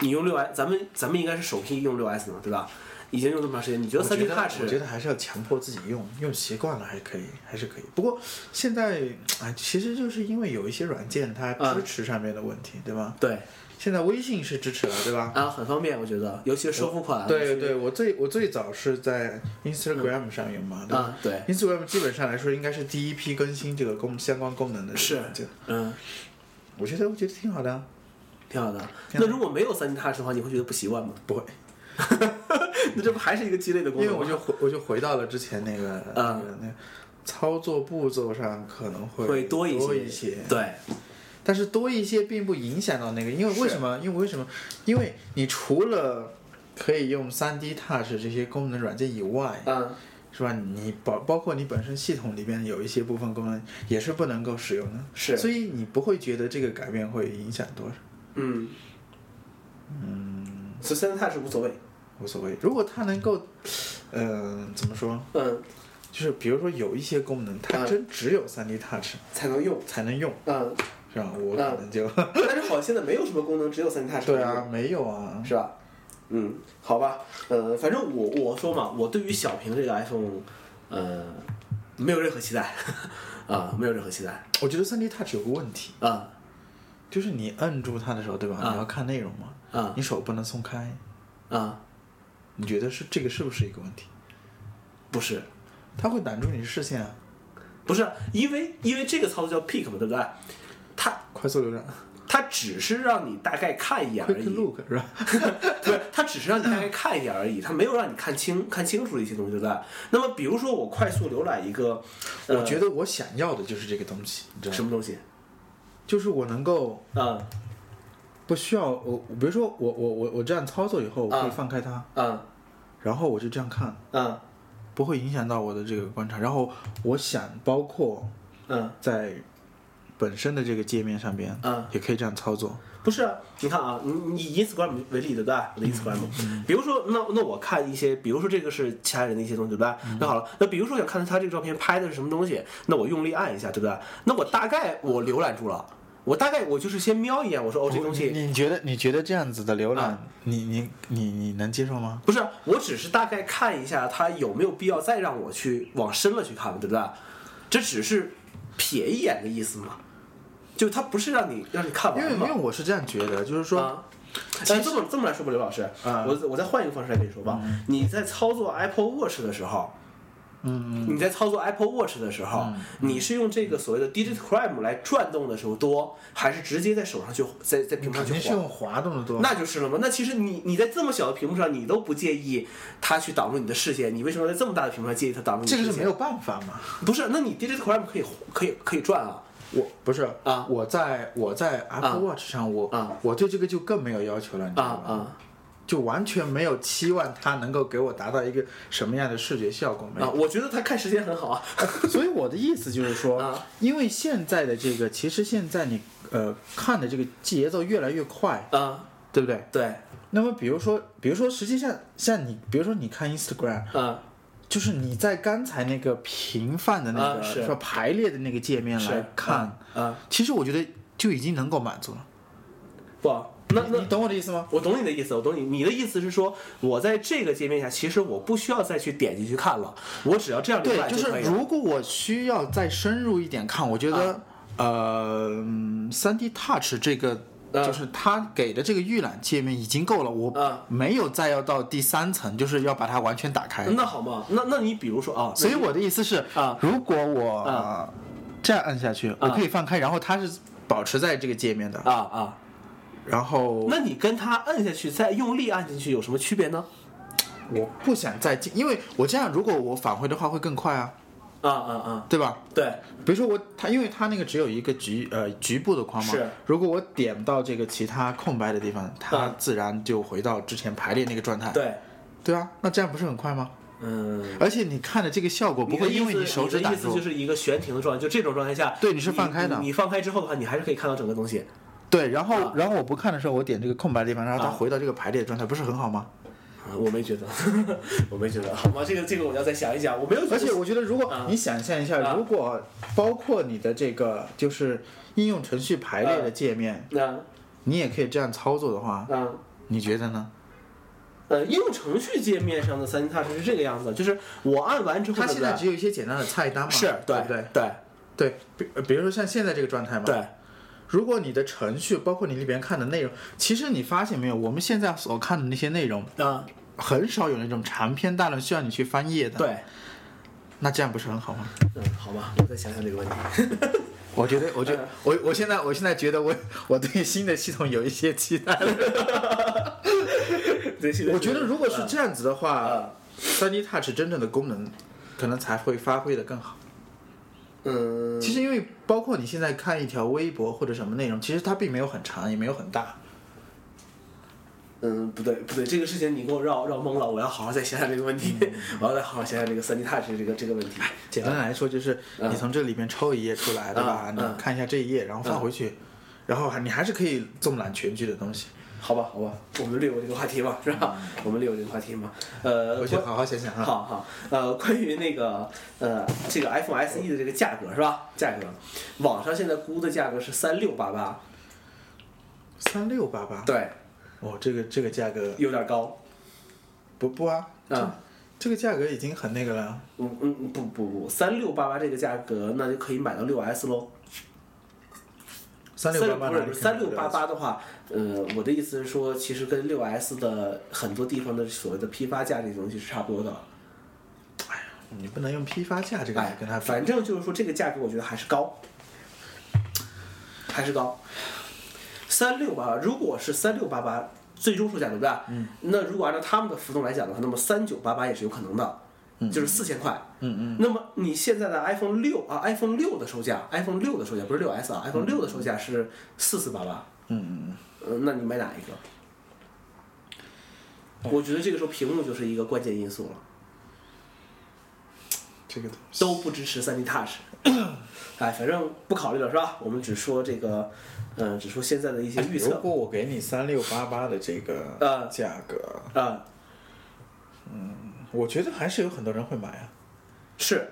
你用六 S，咱们咱们应该是首批用六 S 的嘛，对吧？已经用这么长时间，你觉得
我
三
觉
D
得
Touch？
我觉得还是要强迫自己用，用习惯了还可以，还是可以。不过现在，哎，其实就是因为有一些软件它
嗯
支持上面的问题，对吧？
对
现在微信是支持了，对吧？
啊，很方便，我觉得，尤其啊是收付款。
对对，我最我最早是在 Instagram 上面嘛，对吧？
啊，对，
Instagram 基本上来说应该是第一批更新这个功相关功能的
是
软件，
嗯，
我觉得我觉得挺好的啊，
挺好的。
挺
那
好
如果没有三 D Touch 的话，你会觉得不习惯吗？
不会，
那这不还是一个鸡肋的
因
功
为
能吗？
我就回我就回到了之前那个、
啊
那个那个操作步骤上可能会
会
多
一
些，
对，
但是多一些并不影响到那个，因为
是
为什么？因为为什么？因为你除了可以用 3D Touch 这些功能软件以外，
嗯，
是吧？你包包括你本身系统里边有一些部分功能也是不能够使用的，
是
所以你不会觉得这个改变会影响多少。
嗯，嗯，所以三 D Touch 无所谓。
无所谓。如果它能够，呃，怎么说？
嗯，
就是比如说有一些功能，它
嗯
真只有 3D Touch
才能用。
才能用，
嗯，
是吧？我可能就，
但是好像现在没有什么功能，只有三 D Touch
对啊，，没有啊，
是吧？嗯，好吧，呃，反正我我说嘛，我对于小屏这个 iPhone，呃，没有任何期待，啊，没有任何期待，
我觉得 3D Touch 有个问题，
啊
就是你摁住它的时候，对吧？
嗯
你要看内容嘛，
啊
你手不能松开，
啊，
你觉得是这个是不是一个问题？
不是，
它会挡住你的视线啊，
不是，因为因为这个操作叫 pick 嘛，对不对？它
快速浏览
它只是让你大概看一眼而
，Quick
已，
Look 是吧？
对，它只是让你大概看一眼而已，它没有让你看清看清楚的一些东西，对不对？那么比如说我快速浏览一个，呃、
我觉得我想要的就是这个东西，你知道
什
吗？
么东西？
就是我能够
嗯
不需要我，我比如说我我我我这样操作以后，我可
嗯
以放开它，
嗯
然后我就这样看，
嗯
不会影响到我的这个观察。然后我想，包括
嗯，
在本身的这个界面上边，
嗯
也可以这样操作。
不是啊，你看啊，你你以 Instagram 为例，对不对？我的 Instagram，比
嗯
如说，那那我看一些，比如说这个是其他人的一些东西，对不对？
嗯
那好了，那比如说想看他这个照片拍的是什么东西，那我用力按一下，对不对？那我大概我浏览住了，我大概我就是先瞄一眼，我说哦，这东西
你你觉得你觉得这样子的浏览，
啊
你你你你能接受吗？
不是，我只是大概看一下它有没有必要再让我去往深了去看，对不对？这只是瞥一眼的意思嘛，就它不是让你让你看
因为
完
因为
嘛。
我是这样觉得，就是说，
啊 哎，这么这么来说吧，刘老师，
啊
我我再换一个方式来跟你说吧。你在操作 Apple Watch 的时候，
嗯，
你在操作 Apple Watch 的时候，你是用这个所谓的 Digit Crime 来转动的时候多，还是直接在手上去在在屏幕
肯
上去
定是
滑？
用滑动的多。
那就是了嘛。那其实你你在这么小的屏幕上，你都不介意它去挡住你的视线，你为什么要在这么大的屏幕上介意它挡住你的
这
视
个
线？
是没有办法嘛？
不是，那你 Digit Crime 可以可以可以转啊。
我不是
啊
我在我在 Apple
啊
Watch 上，我、
啊
我对这个就更没有要求了，你知
啊
道吧？
啊
就完全没有期望它能够给我达到一个什么样的视觉效果，没有。
啊！我觉得它看时间很好啊。
所以我的意思就是说
啊，
因为现在的这个，其实现在你呃看的这个节奏越来越快，
啊，
对不对？
对，
那么比如说，比如说，实际上像你，比如说你看 Instagram，
啊
就是你在刚才那个平泛的那个、
啊是
说排列的那个界面来
是
看，
啊，
其实我觉得就已经能够满足了。
不，那
你
那
你懂我的意思吗？
我懂你的意思，我懂你。你的意思是说，我在这个界面下，其实我不需要再去点进去看了，我只要这样浏
对，
览
就是
可以了。啊
如果我需要再深入一点看，我觉得、呃，三 D Touch 这个。
啊
就是它给的这个预览界面已经够了，我
啊
没有再要到第三层，就是要把它完全打开。
那好嘛，那那你比如说啊，
所以我的意思是
啊，
如果我
啊
这样按下去，我可以放开，然后它是保持在这个界面的，
啊啊，
然后
那你跟它摁下去，再用力按进去有什么区别呢？
我不想再进，因为我这样如果我返回的话会更快啊，
啊啊啊，
对吧？
对，
比如说我它，因为它那个只有一个局呃局部的框嘛
是，
如果我点到这个其他空白的地方，它
啊
自然就回到之前排列那个状态。
对，
对啊，那这样不是很快吗？
嗯。
而且你看的这个效果不会因为
你的意思
手指
你的
打
意思
住
就，是一个悬停的状态，就这种状态下，
对你是放开的
你你放开之后的话，你还是可以看到整个东西。
对，然后、
啊
然后我不看的时候，我点这个空白的地方，然后它
啊
回到这个排列的状态，不是很好吗？
啊我没觉得， 我没觉得，好吗？这个这个我要再想一想，我没有觉得。
而且我觉得，如果
啊
你想象一
啊
下，如果包括你的这个就是应用程序排列的界面，
那
你也可以这样操作的话，
那
你觉得呢？
呃，应用程序界面上的三 D Touch 是这个样子，就是我按完之后，
它现在
对
只有一些简单的菜单嘛，
不对是
对
对
不对？
对
对，比呃比如说像现在这个状态嘛，
对，
如果你的程序包括你里边看的内容，其实你发现没有，我们现在所看的那些内容，
啊
很少有那种长篇大论需要你去翻页的。，
对，
那这样不是很好吗？
嗯，好吧，我再想想这个问题。
我觉得，我觉得，我我现在我现在觉得我我对新的系统有一些期待了。
对
我觉得如果是这样子的话
啊，
三 D Touch 真正的功能可能才会发挥的更好。
嗯，
其实因为包括你现在看一条微博或者什么内容，其实它并没有很长，也没有很大。
嗯，不对，不对，这个事情你给我绕绕懵了，我要好好再想想这个问题， 我要再好好想想这个三 D Touch 这个这个问题。
简单来说就是你从这里面抽一页出来，对吧？
嗯
你
嗯
看一下这一页，然后放回去，然后还你还是可以纵览全局的东西。
好吧，好吧，我们略过这个话题嘛，是吧？我们略过这个话题嘛。呃，
回去好好想想 啊。
好好，呃，关于那个呃，这个 iPhone SE 的这个价格是吧？价格，网上现在估的价格是三六八八，
三六八八，
对，
哦，这个这个价格
有点高。
不不啊，这
啊
这个价格已经很那个了。
嗯嗯，不不不，三六八八这个价格，那就可以买到六 S 喽。
三六八八
不
哪
是
里
不
可
是
能
三六八八的话，呃，我的意思是说，其实跟六 S 的很多地方的所谓的批发价这东西是差不多的。
你不能用批发价这个来
哎
跟它，比。
反正就是说这个价格，我觉得还是高，还是高。三六八八，如果是三六八八最终售价，对不对？嗯。那如果按照他们的浮动来讲的话，那么三九八八也是有可能的，就是四千块。嗯嗯。那么你现在的 iPhone 六啊，iPhone 六的售价，iPhone 六的售价不是六 S 啊，iPhone 六的售价是四四八八。
嗯嗯嗯。
呃，那你买哪一个？我觉得这个时候屏幕就是一个关键因素了。
这个东西
都不支持三 D Touch。哎，反正不考虑了是吧？我们只说这个，嗯、只说现在的一些预测
哎如果我给你三六八八的这个
呃
价格，
啊、
我觉得还是有很多人会买啊，
是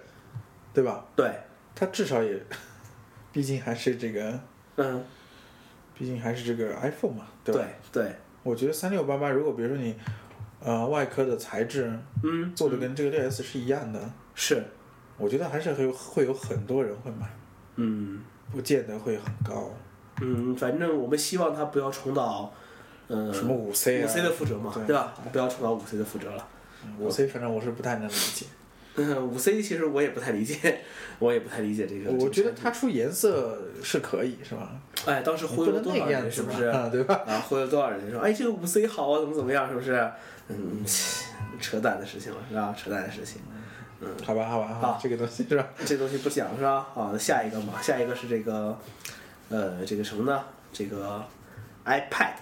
对吧？
对，
它至少也，毕竟还是这个，
嗯，
毕竟还是这个 iPhone 嘛，
对
吧？
对
我觉得三六八八，如果比如说你，呃，外壳的材质
嗯，
做的跟这个六 S 是一样的，
是，
我觉得还是会有会有很多人会买。
嗯，
不见得会很高，
嗯，反正我们希望它不要重蹈，呃，
什么五 C
五
啊
C 的覆辙嘛，
对
对吧？不要重蹈五 C 的覆辙了。
五 C 反正我是不太能理解。
嗯，五 C 其实我也不太理解， 我也不太理解这个。
我觉得
这
它出颜色是可以，是吧？
个，哎，当时
你
忽
不
悠了
能
多
那
少
个样
人，
子
是不
嘛
是？
啊，对吧？
啊，忽悠多少人说，哎，这个五 C 好啊，怎么怎么样，是不是？嗯，扯淡的事情了，是吧？扯淡的事情，
好吧，好吧，好
嗯
吧
好，
这个东西是吧？
这东西不讲是吧？好，那下一个嘛，下一个是这个，呃，这个什么呢？这个 iPad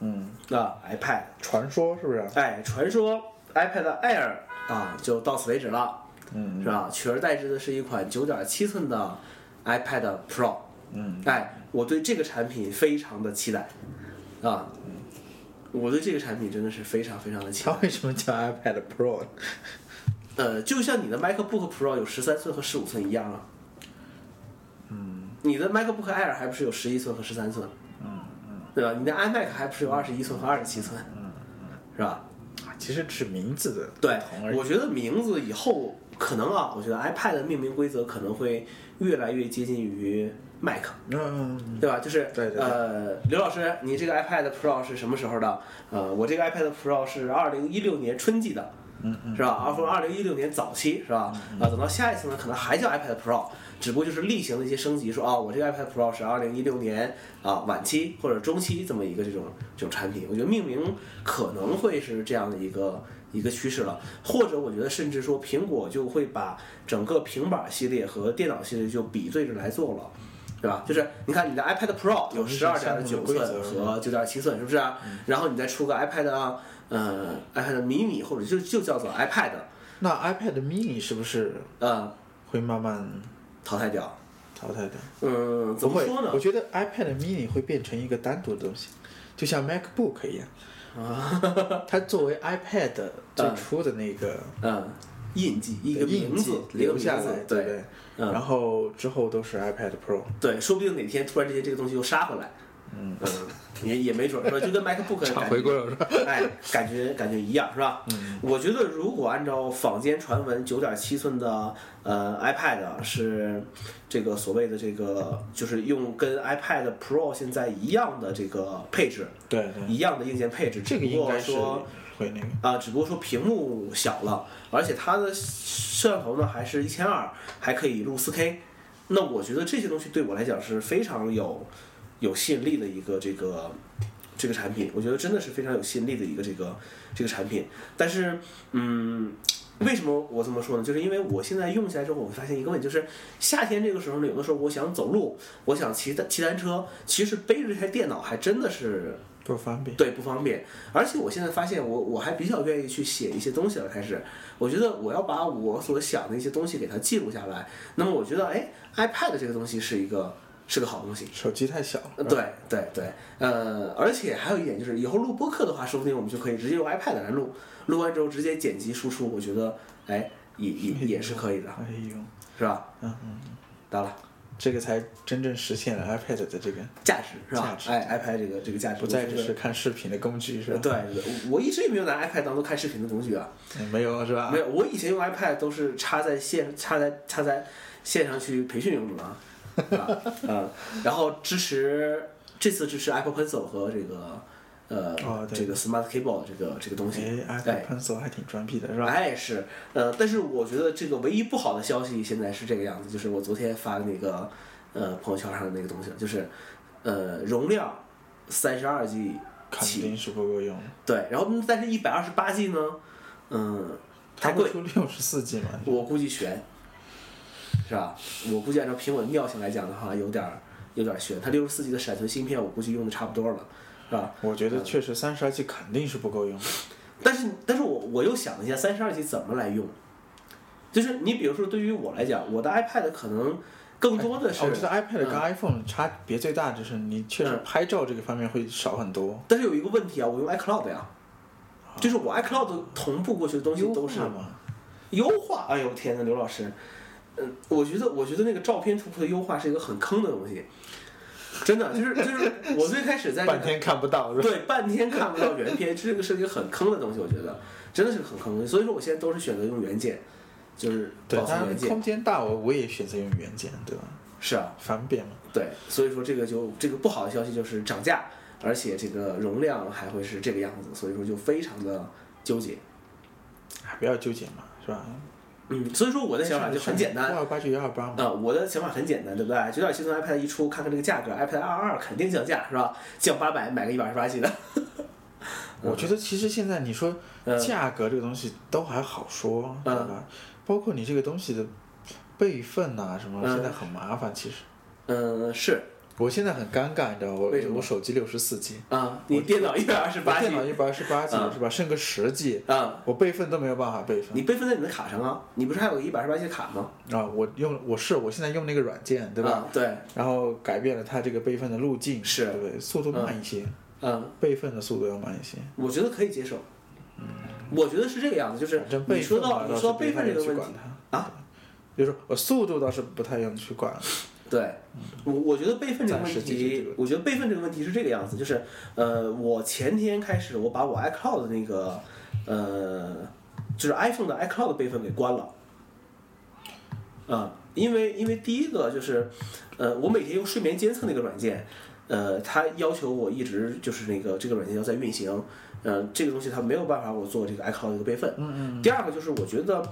嗯，
啊，iPad，
传说是不是？
哎，传说 iPad Air 啊，就到此为止了，
嗯
是吧？取而代之的是一款九点七寸的 iPad Pro，
嗯，
哎，我对这个产品非常的期待，啊，我对这个产品真的是非常非常的期待
它。为什么叫 iPad Pro？呢
呃，就像你的 MacBook Pro 有十三寸和十五寸一样啊。嗯。你的 MacBook Air 还不是有十一寸和十三寸？嗯对吧？你的 iMac 还不是有二十一寸和二十七寸？嗯是吧？
啊其实只是名字的
对
不同而，已。
我觉得名字以后可能啊，我觉得 iPad 的命名规则可能会越来越接近于 Mac，
嗯嗯
对吧？就是
对对对
呃，刘老师，你这个 iPad Pro 是什么时候的？呃，我这个 iPad Pro 是二零一六年春季的，
嗯
是吧？而不是二零一六年早期，是吧？啊，等到下一次呢，可能还叫 iPad Pro，只不过就是例行的一些升级，说啊，我这个 iPad Pro 是二零一六年啊晚期或者中期这么一个这种这种产品。我觉得命名可能会是这样的一个一个趋势了，或者我觉得甚至说苹果就会把整个平板系列和电脑系列就比对着来做了。对吧？就是你看你的 iPad Pro 有
同时
十二点
相
九
同的规
寸
则
和九点七寸，是不是、啊？然后你再出个 iPad 啊，呃，iPad mini 或者就就叫做 iPad，
那 iPad Mini 是不是
呃，
会慢慢
淘汰掉。
淘汰掉？
嗯，怎
不
么
会
说，
我
呢？
觉得 iPad Mini 会变成一个单独的东西，就像 MacBook 一样。啊，它作为 iPad 最初的那个
嗯，印记一个
印
名
记
字
留下来，
对
不对？
嗯
然后之后都是 iPad Pro。
对，说不定哪天突然之间这个东西又杀回来，嗯，也也没准儿是吧？就跟 MacBook
差
感
回
觉
归了是吧？
哎，感觉感觉一样是吧？嗯，我觉得如果按照坊间传闻，九点七寸的呃 iPad 是这个所谓的这个，就是用跟 iPad Pro 现在一样的这个配置，
对对，
一样的硬件配置，
这个
只不
应
过
该是
说
会那个。
啊、只不过说屏幕小了，而且它的摄像头呢还是一千二，还可以录四 K。那我觉得这些东西对我来讲是非常有有吸引力的一个这个这个产品，我觉得真的是非常有吸引力的一个这个这个产品。但是，嗯，为什么我这么说呢？就是因为我现在用起来之后，我会发现一个问题，就是夏天这个时候呢，有的时候我想走路，我想骑单骑单车，其实背着这台电脑还真的是
多方便。
对，不方便。而且我现在发现我，我还比较愿意去写一些东西了。开始，我觉得我要把我所想的一些东西给它记录下来。那么我觉得，哎，iPad 这个东西是一个是个好东西。
手机太小了，
呃对对对，呃，而且还有一点就是，以后录播客的话，说不定我们就可以直接用 iPad 来录，录完之后直接剪辑输出，我觉得，哎，也也也是可以的，
哎呦，
是吧？
嗯嗯，
当然了，
这个才真正实现了 iPad 的这个，
价值是吧
价？值
哎，iPad 这个这个价值
不再
我觉
只
得
是看视频的工具是吧？
对，我我一直也没有拿 iPad 当做看视频的工具啊。
嗯没有是吧
没？有，我以前用 iPad 都是插在线、插在插在线上去培训用的啊， 啊，嗯然后支持这次支持 Apple Pencil 和这个呃、
哦对
这个 Smart Keyboard 这个这个东西，
哎
哎
，iPad Pencil 还挺装逼的是吧？
哎是，呃，但是我觉得这个唯一不好的消息现在是这个样子，就是我昨天发的那个呃朋友圈上的那个东西，就是呃容量三十二 G
肯
起，
定是不够用的，
对，然后嗯但是一百二十八 G 呢，嗯，
它
太
不
贵。
出六十四 G 嘛？
我估计悬，是吧？我估计按照苹果的尿性来讲的话，有点儿有点儿悬。它六十四 G 的闪存芯片，我估计用的差不多了，是吧？
我觉得确实三十二 G 肯定是不够用的。
但是，但是我我又想了一下，三十二 G 怎么来用？就是你比如说，对于我来讲，我的 iPad 可能更多的是，
哎我觉得 iPad 跟
嗯
iPhone 差别最大就是你确实
嗯
拍照这个方面会少很多，
但是有一个问题啊，我用 iCloud 呀，就是我 iCloud 同步过去的东西
优
都是
化嘛。
优化，哎呦天呐，刘老师，嗯，我觉得我觉得那个照片图库的优化是一个很坑的东西，真的就是就是 我最开始在
半天看不到是吧？
对半天看不到原片，这个是一个很坑的东西，我觉得真的是个很坑的东西，所以说我现在都是选择用原件，就是
对
保，存
它
原件，
空间大，我我也选择用原件，对吧？
是啊，
反扁嘛。
对，所以说这个就这个不好的消息就是涨价，而且这个容量还会是这个样子，所以说就非常的纠结。
哎，不要纠结嘛，是吧？
嗯，所以说我的想法就很简单，
幺二八就幺二八嘛。
啊，我的想法很简单，对不对？九点七寸 iPad 一出，看看这个价格，iPad 二二肯定降价，是吧？降八百，买个一百二十八 G 的。
我觉得其实现在你说
嗯
价格这个东西都还好说，对吧？包括你这个东西的备份呐、什么，
嗯
现在很麻烦。其实
嗯，是
我现在很尴尬，你知道吗我
为什么
我手机六十四 G，
啊，你电脑一百二十
我
八
电脑
G
一百二十八 G
嗯
是吧？剩个十 G，
啊，
我备份都没有办法备份
你备份在你的卡上啊，你不是还有个一百二十八 G 的卡吗？
啊！我用我是我现在用那个软件，对吧？
啊？对，
然后改变了它这个备份的路径，
是
对不对？速度慢一些，
嗯，
备份的速度要慢一些。
我觉得可以接受。我觉得是这个样子，就是
反正备
你说
份嘛
到
倒
你
是
说
不
备份
太
这个
用去
问题
管它
啊，
就是我速度倒是不太用去管，
对，我我觉得备份这个
暂时
问
解决这
题
个问，
我觉得备份这个问题是这个样子，就是呃，我前天开始我把我 iCloud 的那个呃，就是 iPhone 的 iCloud 的备份给关了，啊、因为因为第一个就是呃，我每天用睡眠监测那个软件，呃，它要求我一直就是那个这个软件要在运行，呃，这个东西它没有办法我做这个 iCloud 的一个备份。嗯嗯。第二个就是我觉得，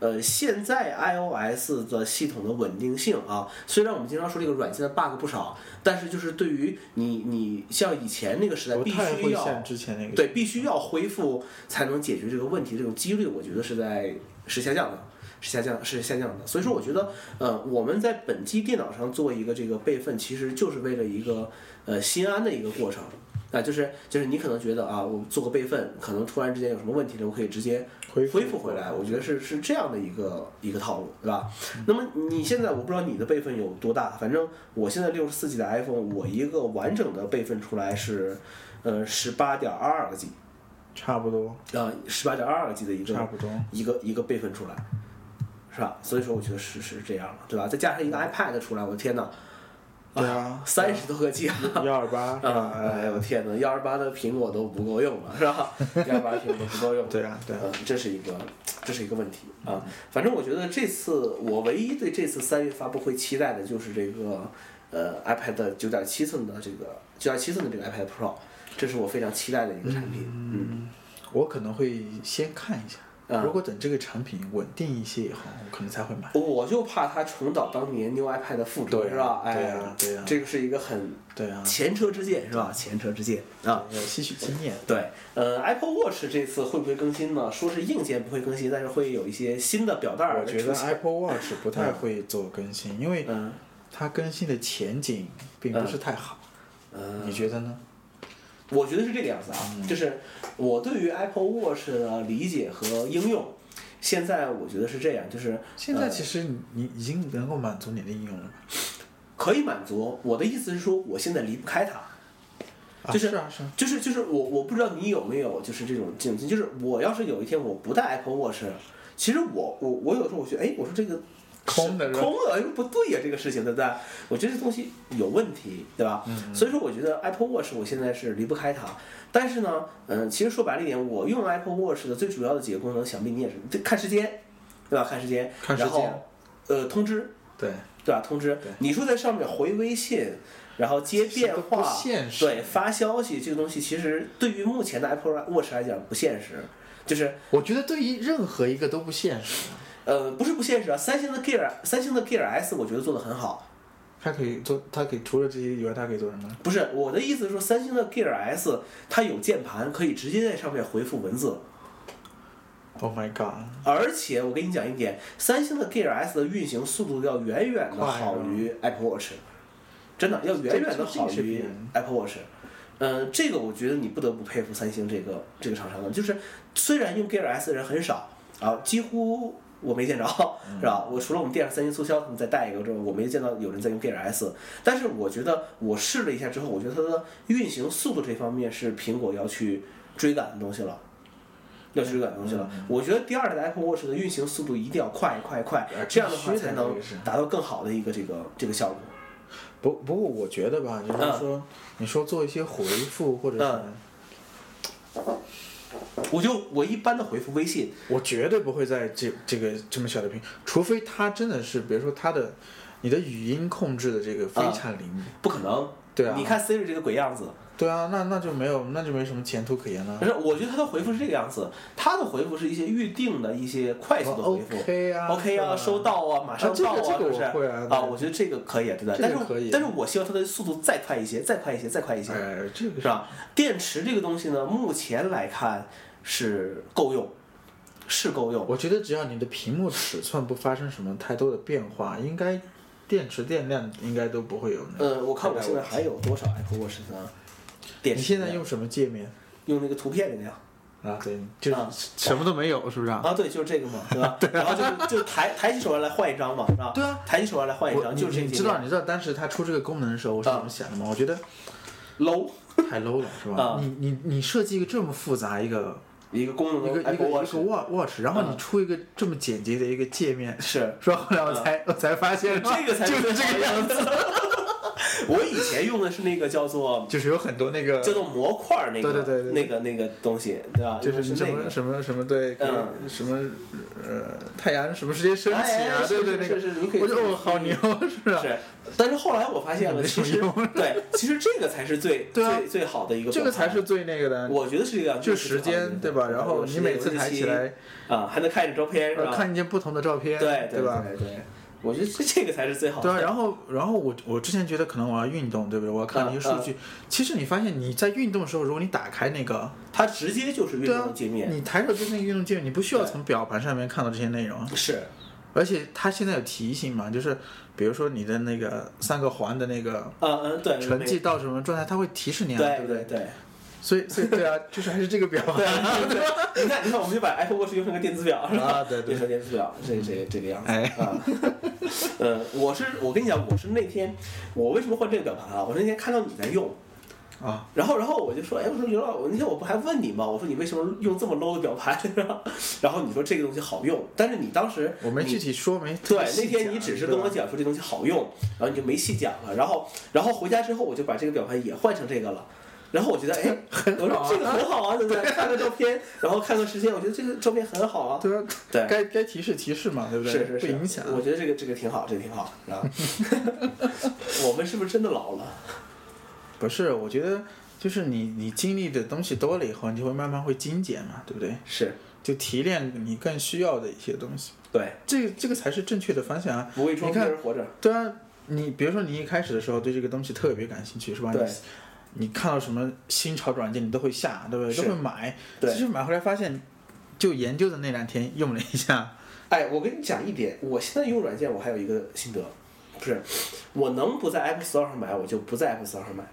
呃，现在 iOS 的系统的稳定性啊，虽然我们经常说这个软件的 bug 不少，但是就是对于你你像以前那个时代
不
必
太
须
会
要
像之前那个。
对，必须要恢复才能解决这个问题，这种几率我觉得是在是下降的，是下降是下降的。所以说，我觉得呃，我们在本机电脑上做一个这个备份，其实就是为了一个呃心安的一个过程。啊，就是就是你可能觉得啊，我做个备份，可能突然之间有什么问题了，我可以直接
恢复
哎恢复回来。我觉得是是这样的一个一个套路，对吧？那么你现在我不知道你的备份有多大，反正我现在六十四 G 的 iPhone，我一个完整的备份出来是呃十八点二二个 G，
差不多，
啊十八点二二个 G 的一
差
个啊
不多。
一个一个备份出来，是吧？所以说我觉得是是这样了，对吧？再加上一个 iPad 出来，我的天哪，
对啊，
三十多个 G 啊！
幺二八，
啊，哎呦我天哪，幺二八的苹果都不够用了，是吧？ 幺二八苹果不够用，
对啊，对啊，
嗯，这是一个，这是一个问题啊。反正我觉得这次我唯一对这次三月发布会期待的就是这个呃 iPad 九点七寸的这个九点七寸的这个 iPad Pro，这是我非常期待的一个产品。嗯，
我可能会先看一下。
啊
如果等这个产品稳定一些以后，我可能才会买。
我就怕它重蹈当年 New iPad 的覆辙，
对啊
是吧？哎
对啊对啊
这个是一个很
对啊，
前车之鉴，是吧？前车之鉴啊。
要吸取经 验。
对，呃，Apple Watch 这次会不会更新呢？说是硬件不会更新，但是会有一些新的表带儿
我觉
出嗯
得
现
Apple Watch 不太会做更新，因为
嗯
它更新的前景并不是太好。
嗯，
你觉得呢？
我觉得是这个样子啊，就是我对于 Apple Watch 的理解和应用，现在我觉得是这样，就是
现在其实你你已经能够满足你的应用了吧？
可以满足我的意思是说，我现在离不开它。
啊
就是
是啊是啊，
就是就是我我不知道你有没有就是这种这种经，就是我要是有一天我不戴 Apple Watch，其实我我我有时候我觉得哎，我说这个
空的是吧
空的，哎不对呀、这个事情对不对？我觉得这东西有问题，对吧？
嗯
所以说我觉得 Apple Watch 我现在是离不开它，但是呢，嗯、其实说白了一点，我用 Apple Watch 的最主要的几个功能，想必你也是看时间，对吧？看时间，
看时
然后
间
呃通知，
对，
对吧？通知
对，
你说在上面回微信，然后接电
其实都不
话，
现实
对，发消息这个东西，其实对于目前的 Apple Watch 来讲不现实，就是
我觉得对于任何一个都不现实，
呃，不是不现实啊。三星的 Gear，三星的 Gear S 我觉得做的很好，
它可以做，它可以除了这些以外，它可以做什么呢？
不是我的意思是说，三星的 Gear S 它有键盘，可以直接在上面回复文字，
Oh my god！
而且我跟你讲一点，三星的 Gear S 的运行速度要远远的
快啊
好于 Apple Watch，真的要远远的好
这这这
于
是嗯
Apple Watch。嗯，这个我觉得你不得不佩服三星这个这个厂商的，就是虽然用 Gear S 的人很少啊，几乎我没见着，
嗯
是吧？我除了我们店上三星促销他们再带一个之后，我没见到有人在用 Gear S。但是我觉得我试了一下之后，我觉得它的运行速度这方面是苹果要去追赶的东西了。要去追赶的东西了。
嗯
我觉得第二代的 Apple Watch 的运行速度一定要快快快
哎，
这样的话
必须的
才
这
能
个是
达到更好的一个这个这个效果。
不不过我觉得吧，就是说，你说做一些回复或者是
嗯，我就我一般的回复微信，
我绝对不会在这这个这么小的屏，除非它真的是，比如说它的你的语音控制的这个非常灵敏。
不可能。
对啊
你看 Siri 这个鬼样子，
对啊，那那就没有，那就没什么前途可言了
可。是我觉得他的回复是这个样子，他的回复是一些预定的一些快速的回复。
OK 啊
OK 啊，
对啊
收到啊，马上到
啊这个
是
这个
不是？
我会啊对
我觉得这个可以，啊对吧？
这个
但是
可以啊
但是我希望它的速度再快一些，再快一些，再快一些，
哎，这个
是吧？电池这个东西呢，目前来看是够用，是够用。
我觉得只要你的屏幕尺寸不发生什么太多的变化，应该电池电量应该都不会有那个。
呃，我看我现在还有多少 Apple Watch 呢？电
你
池
现在用什么界面
用那个图片的那样。
啊？对，就是
啊
什么都没有，是不是啊？
啊，对，就是这个嘛， 对啊吧？然后就是就抬抬起手来来换一张嘛，是吧？
对啊，
抬起手来来换一
我
张，就是这
你
个界
你知道
面
你知道当时它出这个功能的时候，我是怎么想的吗？我觉得
low
太 low 了，是吧
啊？
你你你设计一个这么复杂一个
一个功
一
能
个
的
一个一
Apple
个
Watch
watch watch，然后
啊
你出一个这么简洁的一个界面，
是。
是吧？后来我才我才发现，
嗯 这个才
就是
最
是这个样子，
我以前用的是那个叫做
就是有很多那个
叫做模块儿那个
对对对对
那个那个东西，对吧？
就是
用的那
什么
个。嗯
什么什么对，可能什么呃太阳什么时间升起
哎
啊
哎，
对
是
对那
是
个，
是是，你可以
我就哦好牛， 是不是？
是，但是后来我发现了，
没
其实
什么
对，其实这个才是最
对啊
最最好的一个
这
表
个
达，
才是最那个的，
我觉得是这样，
就
这个
时
是最好的
间
一个
对
表
吧？
达
然后
有
你
时
每
间
次
有日
抬起
期
来，
啊，还能看见照片是
呃
吧？
看见不同的照片，
对对
吧？
对对，我觉得这这个才是最好的。
对啊，然后然后我我之前觉得可能我要运动，对不对？我要
嗯
看那些数据。其实你发现你在运动的时候，如果你打开那个，
它直接就是运
对
动
啊
的界，面，
你抬手就是那个运动界面，你不需要
对
从表盘上面看到这些内容啊。
是
而且它现在有提醒嘛，就是比如说你的那个三个环的那个
嗯嗯对，
成绩到什么状态，它会提示你
没
啊，
对
不
对
对？
对。
所以所以 对啊，就是还是这个表
对，对你看，你看，我们就把 Apple Watch 用成个电子表，是吧？
啊，对
用
对
成电子表，这这这个样子。
哎
啊，嗯，我是我跟你讲，我是那天我为什么换这个表盘啊？我那天看到你在用，
啊，
然后然后我就说，哎，我说刘老，我那天我不还问你吗？我说你为什么用这么 low 的表盘？ 然后你说这个东西好用，但是你当时
我没
你
具体说没特
对
别，
那
细啊
天
讲
你只是跟我
对吧
讲说这东西好用，然后你就没细讲了。然后，然后回家之后我就把这个表盘也换成这个了。然后我觉得， 哎，我说这个很好啊，对不对？看个照片，然后看个时间，我觉得这个照片很好啊。
对啊，
对，
该该提示提示嘛，对不对？
是是是，
不影响。啊
我觉得这个这个挺好，这个挺好。啊， 我们是不是真的老了？
不是，我觉得就是你你经历的东西多了以后，你就会慢慢会精简嘛，对不对？
是
就提炼你更需要的一些东西，
对，
这个这个才是正确的方向啊。
不为装逼
你看
而活着。
对啊，你比如说你一开始的时候对这个东西特别感兴趣，是吧？
对
你你看到什么新潮软件，你都会下，对不对？
是
都会买。
对
其实买回来发现，就研究的那两天用了一下，
哎，我跟你讲一点，我现在用软件，我还有一个心得，不是，我能不在 App Store 上买，我就不在 App Store 上买。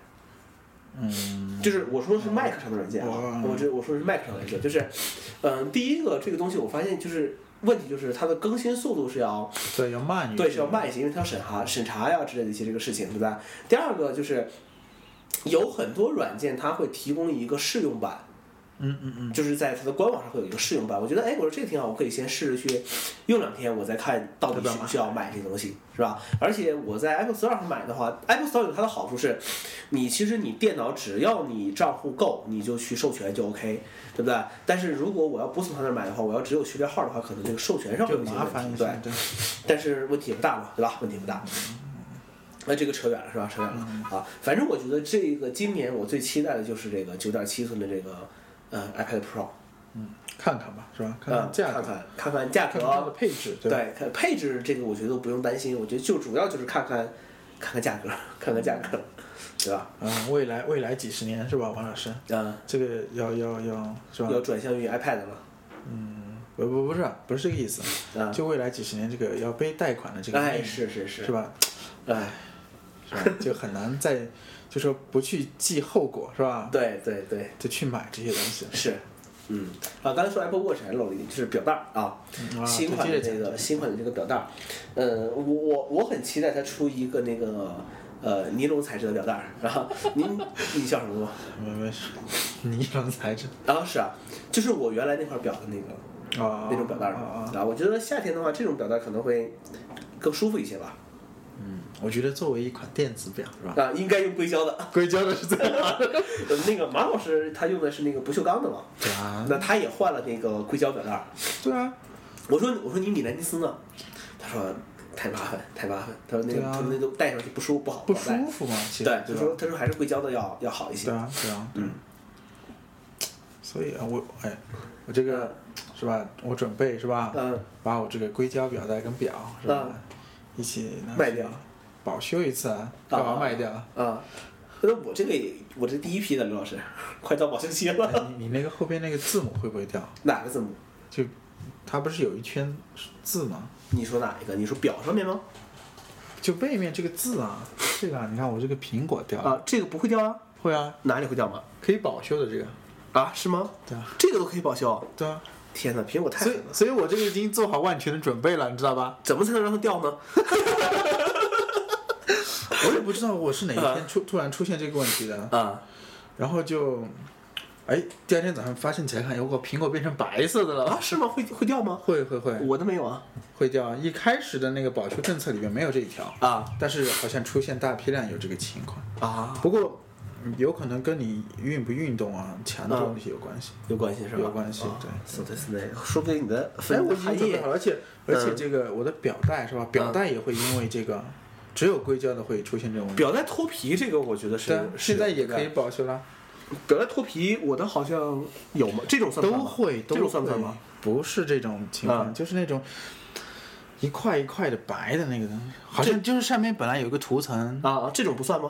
嗯，
就是我说的是 Mac 上的软件啊，
嗯
我这我说的是 Mac 上的软件，就是，嗯、第一个这个东西我发现就是问题就是它的更新速度是要
对，要慢 一点。
对是要。慢一些，因为它要审查审查呀之类的一些这个事情，对吧？第二个就是有很多软件它会提供一个试用版，
嗯嗯嗯，
就是在它的官网上会有一个试用版，我觉得哎，我说这个挺好，我可以先试着去用两天，我再看到底需不需要买这个东西，是吧？而且我在 Apple Store 上买的话，Apple Store 有它的好处是，你其实你电脑只要你账户够，你就去授权就 OK，对不对？但是如果我要不从他那儿买的话，我要只有序列号的话，可能这个授权上会
就
有一些
麻烦
问
一
题，
些嗯
对。。
对，
但是问题也不大嘛，对吧？问题不大。那这个扯远了是吧？扯远
嗯
了啊！反正我觉得这个今年我最期待的就是这个九点七寸的这个呃 iPad Pro，
看看吧，是吧？看
嗯，
看价格，
看看看看价
看看它的
格，
配置，对吧？
对，看配置这个我觉得不用担心，我觉得就主要就是看看看看价格，看看价格，对吧？
嗯，未来未来几十年是吧，王老师？
嗯，
这个要要要是吧？
要转向于 iPad 了，
不不不是不是这个意思，
啊，
就未来几十年这个要背贷款的这个命
哎，
运，
是是是
是，吧？
哎，
是吧？就很难再就说不去计后果是吧？
对对对，
就去买这些东西。
是，嗯，啊，刚才说 Apple Watch 还漏了一点，就是表带儿啊，
嗯啊
新款的
对接
这
着
个
讲
新款的这个表带儿，呃，我我我很期待它出一个那个呃尼龙材质的表带儿，然后您你笑什么吗？
没没事，尼龙材质
然后是啊，就是我原来那块表的那个
啊，
那种表带儿
啊啊啊！
啊，我觉得夏天的话，这种表带儿可能会更舒服一些吧，
我觉得作为一款电子表是吧？
啊，应该用硅胶的，
硅胶的是最好
呃那个马老师他用的是那个不锈钢的嘛，
的啊，
那他也换了那个硅胶表带儿。
对啊，
我说我说你米兰尼斯呢？他说太麻烦，太麻烦。他说那个、
对啊
他说那都带上去不舒不好，
不
好带
舒服嘛，其实
对，他
对吧
说他说还是硅胶的要要好一些。
对啊，对啊，
嗯，
所以啊，我哎，我这个是吧？我准备是吧？
嗯，
把我这个硅胶表带跟表是吧？一起拿去
卖掉，
保修一次啊？干嘛
啊
卖掉？啊、
啊，那我这个也我这第一批的刘老师，快到保修期了。
哎你你那个后边那个字母会不会掉？
哪个字母？
就它不是有一圈字吗？
你说哪一个？你说表上面吗？
就背面这个字啊，这个啊，你看我这个苹果掉了，
啊，这个不会掉啊，
会啊，
哪里会掉吗？
可以保修的这个，
啊，是吗？
对啊，
这个都可以报销。
对啊，
天哪，苹果太
所
狠
以
了，
所以我这个已经做好万全的准备了，你知 道吧？
怎么才能让它掉呢？
我也不知道我是哪一
啊
天出突然出现这个问题的，
啊，
然后就，哎，第二天早上发现起来看，有个苹果变成白色的
啊，
了，
是吗？会会掉吗？
会会会
我的没有啊。
会掉啊。一开始的那个保修政策里面没有这一条，
啊
但是好像出现大批量有这个情况。
啊，
不过嗯有可能跟你运不运动啊、强度
啊
那些有关系。
有关系是吧？
有关系
啊
对
说的是那，说不定你的
哎，
分
我
的
已经
含
准
义
备好了，而且而且这个我的表带是吧？表带也会因为这个，只有硅胶的会出现这种问题。
表带脱皮这个，我觉得
对啊
是，
现在也可以
是
保修啦，
表带脱皮，我的好像有吗？这种算不算
都
吗
会都
这种算不算
会
吗？。
不是这种情况，
啊
就是那种一块一块的白的那个东西，好像就是上面本来有一个涂层，
啊，这种不算吗？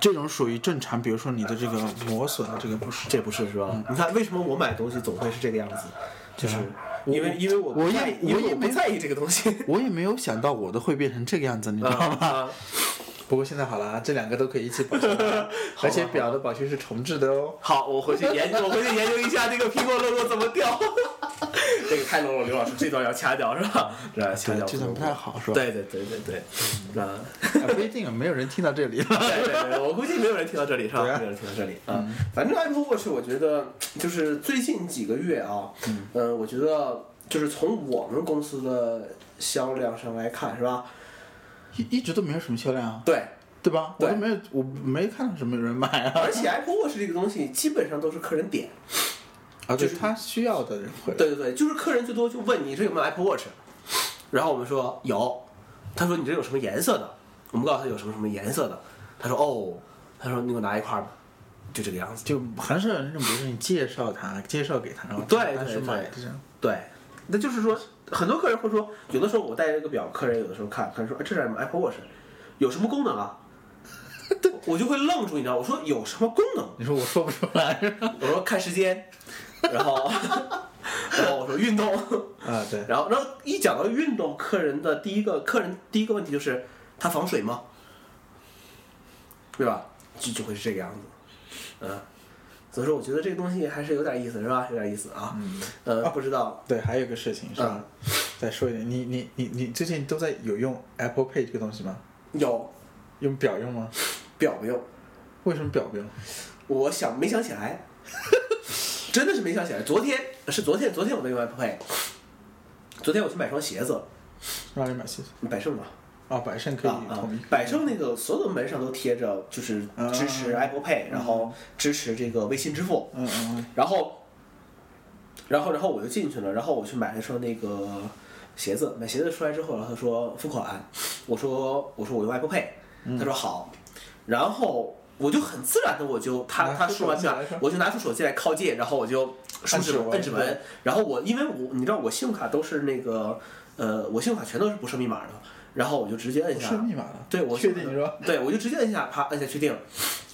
这种属于正常，比如说你的这 个磨损的这个不是。
这不是是吧？你看为什么我买东西总会是这个样子，就是因为因为嗯我
我也
在因为
我也
我不
没
在意这个东 西
我也没有想到我的会变成这个样子，你知
啊
道吗？
啊，
不过现在好了啊，这两个都可以一起 保修了，而且表的保修是重置的哦。
好，我回去研究，我回去研究一下这个苹果 logo 怎么掉。 这个太 low 了，刘老师这段要掐掉是吧？对，掐掉
这段呃不太好嗯是吧？
对对对对对，啊，
啊，不一定，没有人听到这里了。
对对对，我估计没有人听到这里是吧？
对啊
没有人听到这里啊。反正 Apple Watch 我觉得就是最近几个月啊，嗯、我觉得就是从我们公司的销量上来看是吧？
一一直都没有什么销量啊，
对，
对吧？
对
我都没有，我没看到什么人买啊。
而且 Apple Watch 这个东西基本上都是客人点，
啊，
就
对
是
他需要的人会。
对对对，就是客人最多就问你这有没有 Apple Watch，然后我们说有，他说你这有什么颜色的，我们告诉他有什么什么颜色的，他说哦，他说你给我拿一块儿吧，就这个样子。
就很少有那种，比如说你介绍他，介绍给他，然后
对
他当
对
时
对
买的这样。
对，那就是说很多客人会说，有的时候我戴这个表，客人有的时候看，客人说哎这是 Apple Watch，有什么功能啊？我就会愣住，你知道，我说有什么功能？
你说我说不出 来啊？
我说看时间，然后 然后我说运动，
啊对，
然后，然后一讲到运动，客人的第一个客人第一个问题就是它防水吗？对吧？就就会是这个样子，嗯。所以说，我觉得这个东西还是有点意思，是吧？有点意思啊。嗯。呃，不知道
对，还有一个事情是吧？再说一点，你你你你最近都在有用 Apple Pay 这个东西吗？
有
用表用吗？
表没有？
为什么表不用？
我想没想起来， 真的是没想起来。昨天是昨天，昨天我在用 Apple Pay。昨天我去买双鞋子，
让你买鞋子
百盛嘛，
啊，百盛可以
啊啊
统一。！
百盛那个所有的门上都贴着，就是支持
啊
Apple Pay，然后支持这个微信支付，
嗯嗯嗯，
然后，然后，然后我就进去了，然后我去买了一双那个鞋子，买鞋子出来之后，然后他说付款，我说我说我用 Apple Pay，他
嗯
说好，然后我就很自然的我就他
拿出
他说完
手机
这
来是吧，
我就拿出手机来靠近，然后我就竖指纹
按
摁
指
指
纹
纹，然后我因为我你知道我信用卡都是那个呃我信用卡全都是不设密码的，然后我就直接摁
不
下
是密码了。
对，我
确
是
定你说，
对，我就直接摁下，啪，摁下确定，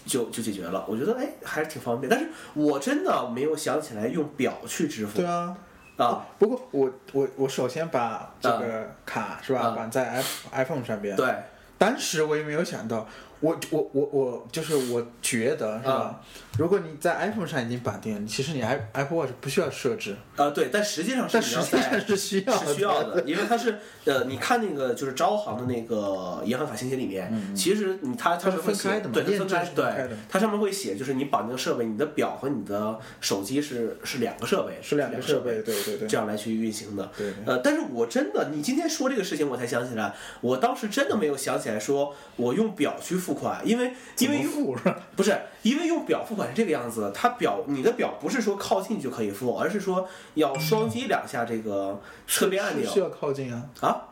就就解决了。我觉得哎，还是挺方便。但是我真的没有想起来用表去支付
对啊。
啊。
不过我我我首先把这个卡是吧
啊
绑在 i iPhone 上边，
对，
当时我也没有想到，我我我我就是我觉得是
啊
吧？如果你在 iPhone 上已经绑定了，其实你 i Apple Watch 不需要设置，
啊对，但实际上是
但
你
实
要
际上
在。
是需要
是需要的，因为它是呃，你看那个就是招行的那个银行卡信息里面，其实你它它
嗯它是
会
分
写
开的嘛
对，它分
验证
开，
是分开
对
的，
它上面会写就是你绑定设备，你的表和你的手机是是两个设备，
是两个
设
设备，对对对
这。样来去运行的。
对
呃，但是我真的，你今天说这个事情，我才想起来，我当时真的没有想起来说我用表去付款，因为因为
怎么
用
付是吧？
不是因为用表付款是这个样子，它表你的表不是说靠近就可以付，而是说要双击两下这个侧边按
是需
钮
要靠近啊，
啊。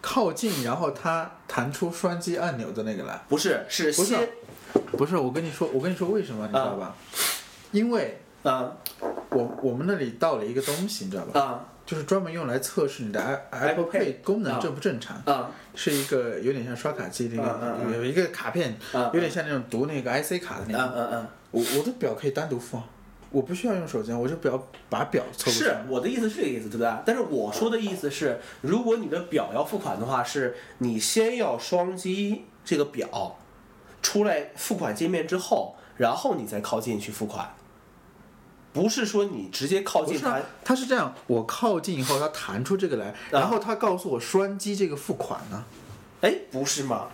靠近，然后它弹出双击按钮的那个来。
不是，是
不是
先
不是，我跟你说，我跟你说为什么，你知道吧？因为
啊
我我们那里到了一个东西，你知道吧？
啊
就是专门用来测试你的 i-
Apple
Apple Pay 功
啊
能正不正常，
啊
是一个有点像刷卡机的一
啊啊
个
啊
有一个卡片，
啊
有点像那种读那个 IC 卡的
啊
那种。
啊啊！
我我的表可以单独付啊，我不需要用手机啊，我就表把表凑过去
是。我的意思是这个意思，对不对？但是我说的意思是，如果你的表要付款的话，是你先要双击这个表，出来付款界面之后，然后你再靠近去付款，不是说你直接靠
不
近啊
是啊
它。，
它是这样，我靠近以后，它弹出这个来，然后它告诉我双击这个付款呢、
哎，不是吗？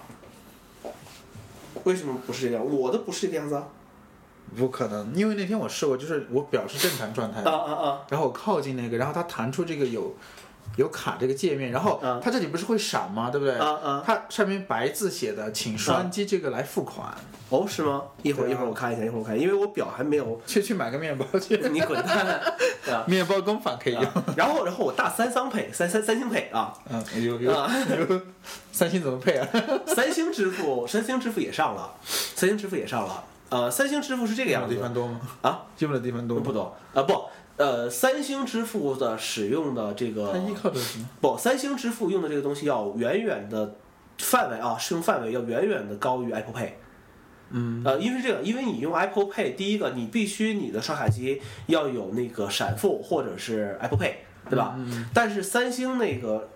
为什么不是这样？我的不是这个样子啊！
不可能，因为那天我试过，就是我表是正常状态
啊，啊啊！
然后我靠近那个，然后它弹出这个有有卡这个界面，然后
啊
它这里不是会闪吗？对不对？
啊啊
它上面白字写的，请双击这个来付款，
哦，是吗？一会儿
对
一
啊
会儿我看一下，一会儿我看一下，因为我表还没 有。
去去买个面包去，
你滚蛋！对啊。
面包工坊可以用。
然后，然后我大三桑配三三三星配啊，
嗯，有有
啊
有， 三星怎么配啊？
三星支付，三星支付也上了，三星支付也上了。呃，三星支付是这个
用
样
的
子
地方多吗？
啊，
用的地方多
不
吗？
懂啊不，呃，三星支付的使用的这个
它依靠的是什么？
不，三星支付用的这个东西要远远的范围啊，适用范围要远远的高于 Apple Pay。嗯，呃，因为这个，因为你用 Apple Pay，第一个你必须你的刷卡机要有那个闪付或者是 Apple Pay，对吧？
啊
但是三星那个，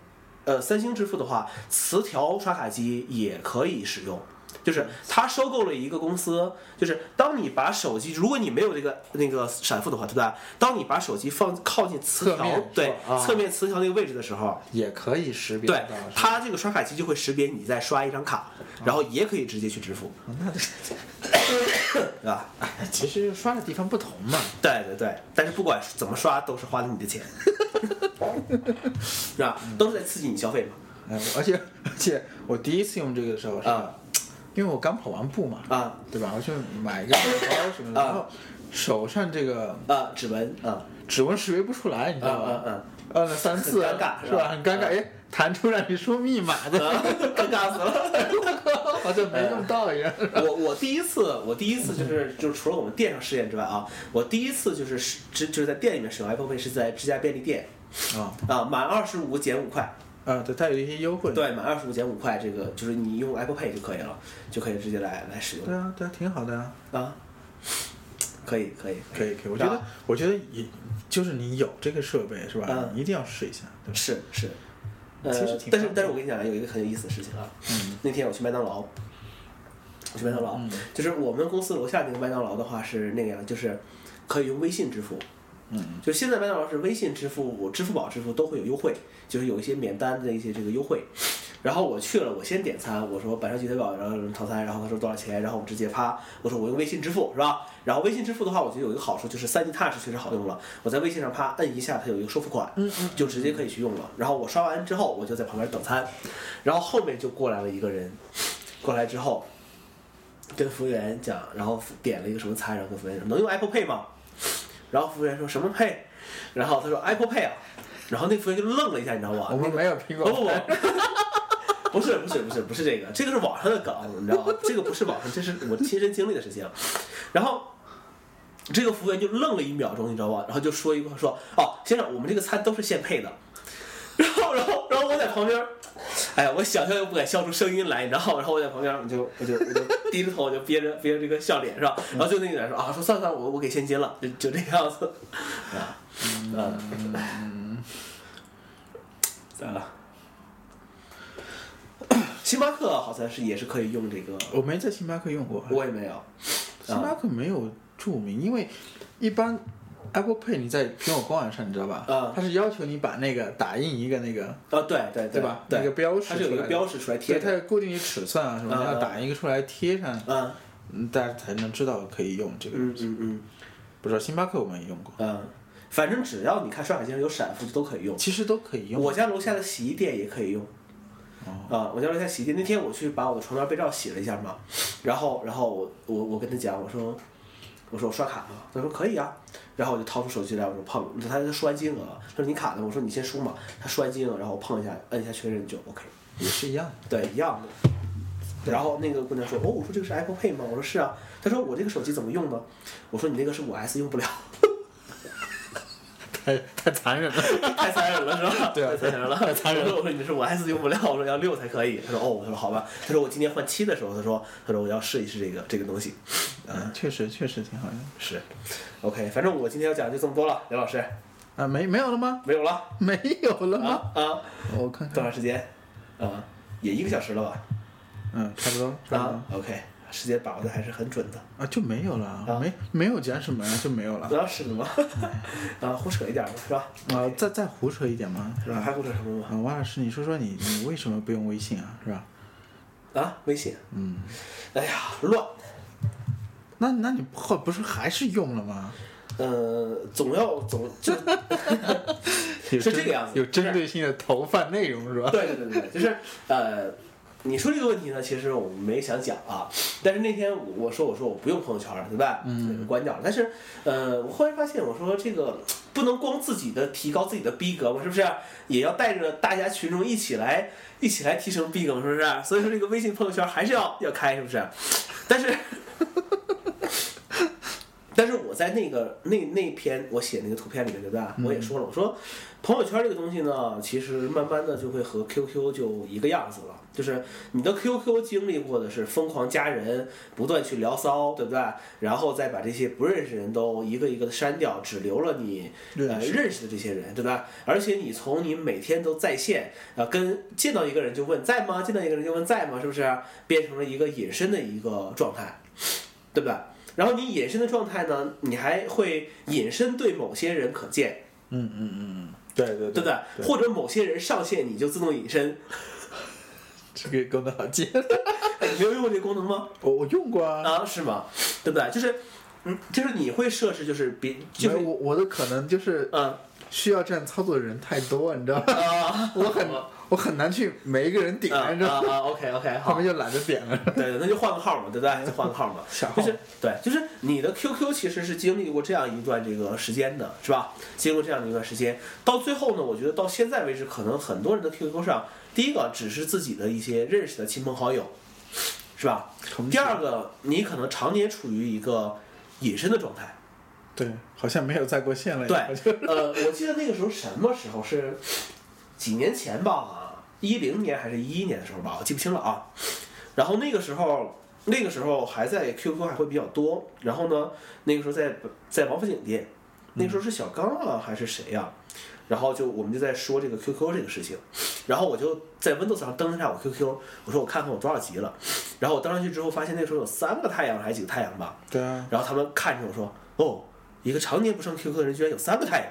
呃，三星支付的话，磁条刷卡机也可以使用。就是它收购了一个公司，就是当你把手机，如果你没有这个那个闪付的话，对吧？当你把手机放靠近磁
侧
条
面是，
对
吧，啊
侧面磁条那个位置的时候，
也可以识别
对
到。，是吧啊
它这个刷卡机就会识别你在刷一张卡，然后也可以直接去支付，
那得
对吧？
哎其实刷的地方不同嘛。
对对对，但是不管怎么刷，都是花了你的钱， 是吧？都是在刺激你消费嘛。
哎，而且而且我第一次用这个的时候是，
啊
因为我刚跑完步嘛，
啊
对吧？我去买一个面包 什么的，
啊
然后手上这个
啊，指纹啊，
指纹识别不出来，你知
嗯
道吧？
嗯嗯，
按了三次，
很尴尬
是
是吧嗯
吧？很尴尬，哎，弹出让你输密 码的，
啊尴尬死了。
好像没用到一样。
我我第一次，我第一次就是就除了我们店上试验之外啊，我第一次就是使就就是在店里面使用 Apple Pay 是在这家便利店
啊
啊，满二十五减五块。
啊，对，它有一些优惠。
对，满二十五减五块，这个就是你用 Apple Pay 就可以了，就可以直接来来使用
对啊，对啊，挺好的呀。
啊。可以可以
可以可以，我觉
是
得
吧
我觉得也就是你有这个设备是吧？
嗯
你一定要试一下，对吧？
是是，
其实
呃，
挺
但是
方便
但是我跟你讲有一个很有意思的事情啊，
嗯
那天我去麦当劳，我去麦当劳，就是我们公司楼下那个麦当劳的话是那个样，就是可以用微信支付，
嗯，
就现在麦当劳是微信支付、支付宝支付都会有优惠，就是有一些免单的一些这个优惠。然后我去了，我先点餐，我说板烧鸡腿堡，然后套餐，然后他说多少钱，然后我直接啪，我说我用微信支付是吧？然后微信支付的话，我觉得有一个好处就是三 D Touch 确实好用了，我在微信上啪摁一下，它有一个收付款，嗯嗯，就直接可以去用了。然后我刷完之后，我就在旁边等餐，然后后面就过来了一个人，过来之后跟服务员讲，然后点了一个什么餐，然后跟服务员说能用 Apple Pay 吗？然后服务员说什么 Pay？然后他说 Apple Pay 啊，然后那服务员就愣了一下，你知道吗？
我们没有苹
不不
果，
哦 不，不是不是不是不是这个，这个是网上的梗，你知道吗？这个不是网上，这是我亲身经历的事情。然后这个服务员就愣了一秒钟，你知道吗？然后就说一句话说：“哦，先生，我们这个餐都是现配的。”然后然后然后我在旁边儿。哎呀，我想笑又不敢笑出声音来，你知道吗？然后我在旁边儿，我就我就我就低着头，我就憋着憋着这个笑脸，是吧？然后就那个人说啊，说算了算了，我我给现金了，就就这个样子，啊，嗯， 咋了？ 星巴克好像是也是可以用这个，
我没在星巴克用过。
我也没有。
星巴克没有注明，因为一般 Apple Pay 你在苹果官网上你知道吧？
嗯
它是要求你把那个打印一个那个，
哦，对对
对吧？
对，
那个标识
它是有一个
出来的
标识出来贴
对，它
的。
有固定的尺寸啊什
嗯
么，你要
嗯
打印一个出来贴上，
嗯
嗯大家才能知道可以用这个。
嗯嗯嗯
不知道星巴克我没用过，
嗯，反正只要你看刷卡机上有闪付，就都可以用。
其实都可以用。
我家楼下的洗衣店也可以用。啊、我家楼下洗衣店那天我去把我的床单被罩洗了一下嘛，然后然后我我我跟他讲，我说我说我刷卡吗？他说可以啊，然后我就掏出手机来，我说碰，他他输完金额，他说你卡呢？我说你先输嘛，他输完金额，然后我碰一下，摁一下确认就 OK。
也是一样的。
对，一样的。然后那个姑娘说：“哦，我说这个是 Apple Pay 吗？”我说：“是啊。”她说：“我这个手机怎么用呢？”我说：“你那个是五 S 用不了，
太太残忍了。
太残忍了，是吧？
对啊
太残忍了，
太残忍了
我说：“我说你这是五 S 用不了，我说要六才可以。”她说：“哦，她说好吧。”她说：“我今天换七的时候，她说，她说我要试一试这个这个东西。
嗯，确实确实挺好用。
是”是，OK，反正我今天要讲的就这么多了，刘老师
啊，没没有了吗？
没有了
没有了
啊
吗？
啊，
我看
多
看，
长时间？啊，也一个小时了吧？
嗯，差不多，差不多
啊，OK，时间把握的还是很准的。
啊，就没有了，
啊
没没有讲什么呀，就没有了
不。要是的吗？ 啊，胡扯一点嘛，是吧？
啊，再再胡扯一点嘛，是
是吧？
吧？
还胡扯什么吗？
啊，王老师，你说说你你为什么不用微信啊，是吧？
啊，微信，
嗯，
哎呀，乱，
那那你后不是还是用了吗？
呃，总要总就是
有针
这个样子
有针对性的投放内容是吧？
对对对对，就是呃，你说这个问题呢，其实我没想讲啊，但是那天我说我说我不用朋友圈了，对吧？嗯，关掉了。但是呃，我后来发现，我说这个不能光自己的提高自己的逼格嘛，是不是？也要带着大家群众一起来一起来提升逼格，是不是？所以说这个微信朋友圈还是要要开，是不是？但是。 但是我在那个那那篇我写那个图片里面，对吧？我也
嗯
说了，我说朋友圈这个东西呢，其实慢慢的就会和 QQ 就一个样子了，就是你的 QQ 经历过的是疯狂加人，不断去聊骚，对不对？然后再把这些不认识人都一个一个的删掉，只留了你呃
认识
认识的这些人，对吧？而且你从你每天都在线，啊，跟见到一个人就问在吗？见到一个人就问在吗？是不是变成了一个隐身的一个状态，对吧？然后你隐身的状态呢，你还会隐身对某些人可见，
嗯嗯嗯嗯，对对
对不对？或者某些人上线你就自动隐身，
这个功能好贱，
哎你没有用过这个功能吗？
我我用过啊。
啊，是吗？对不对？就是，嗯，就是你会设置，就是别，就
没有
是，
我我的可能就是
嗯
需要这样操作的人太多，你知道吗？
啊，
我很我很难去每一个人点，你知
啊
道吗？
啊，OK OK，
他
好
们，就懒得点了。
对，那就换个号嘛，对不对？就换个号 嘛。
小
就是对，就是你的 QQ 其实是经历过这样一段这个时间的，是吧？经过这样的一段时间，到最后呢，我觉得到现在为止，可能很多人的 QQ 上，第一个只是自己的一些认识的亲朋好友，是吧？
重
第二个，你可能常年处于一个隐身的状态。
对，好像没有再过线了。
对
好像，
呃，我记得那个时候什么时候是几年前吧，啊，一零年还是一一年的时候吧，我记不清了啊。然后那个时候，那个时候还在 QQ 还会比较多。然后呢，那个时候在在王府井店，那个时候是小刚啊还是谁呀、然后就我们就在说这个 QQ 这个事情，然后我就在 Windows 上登了一下我 QQ，我说我看看我多少级了。然后我登上去之后，发现那时候有三个太阳还是几个太阳吧，
对啊，
然后他们看着我说：“哦，一个常年不上 QQ 的人居然有三个太阳。”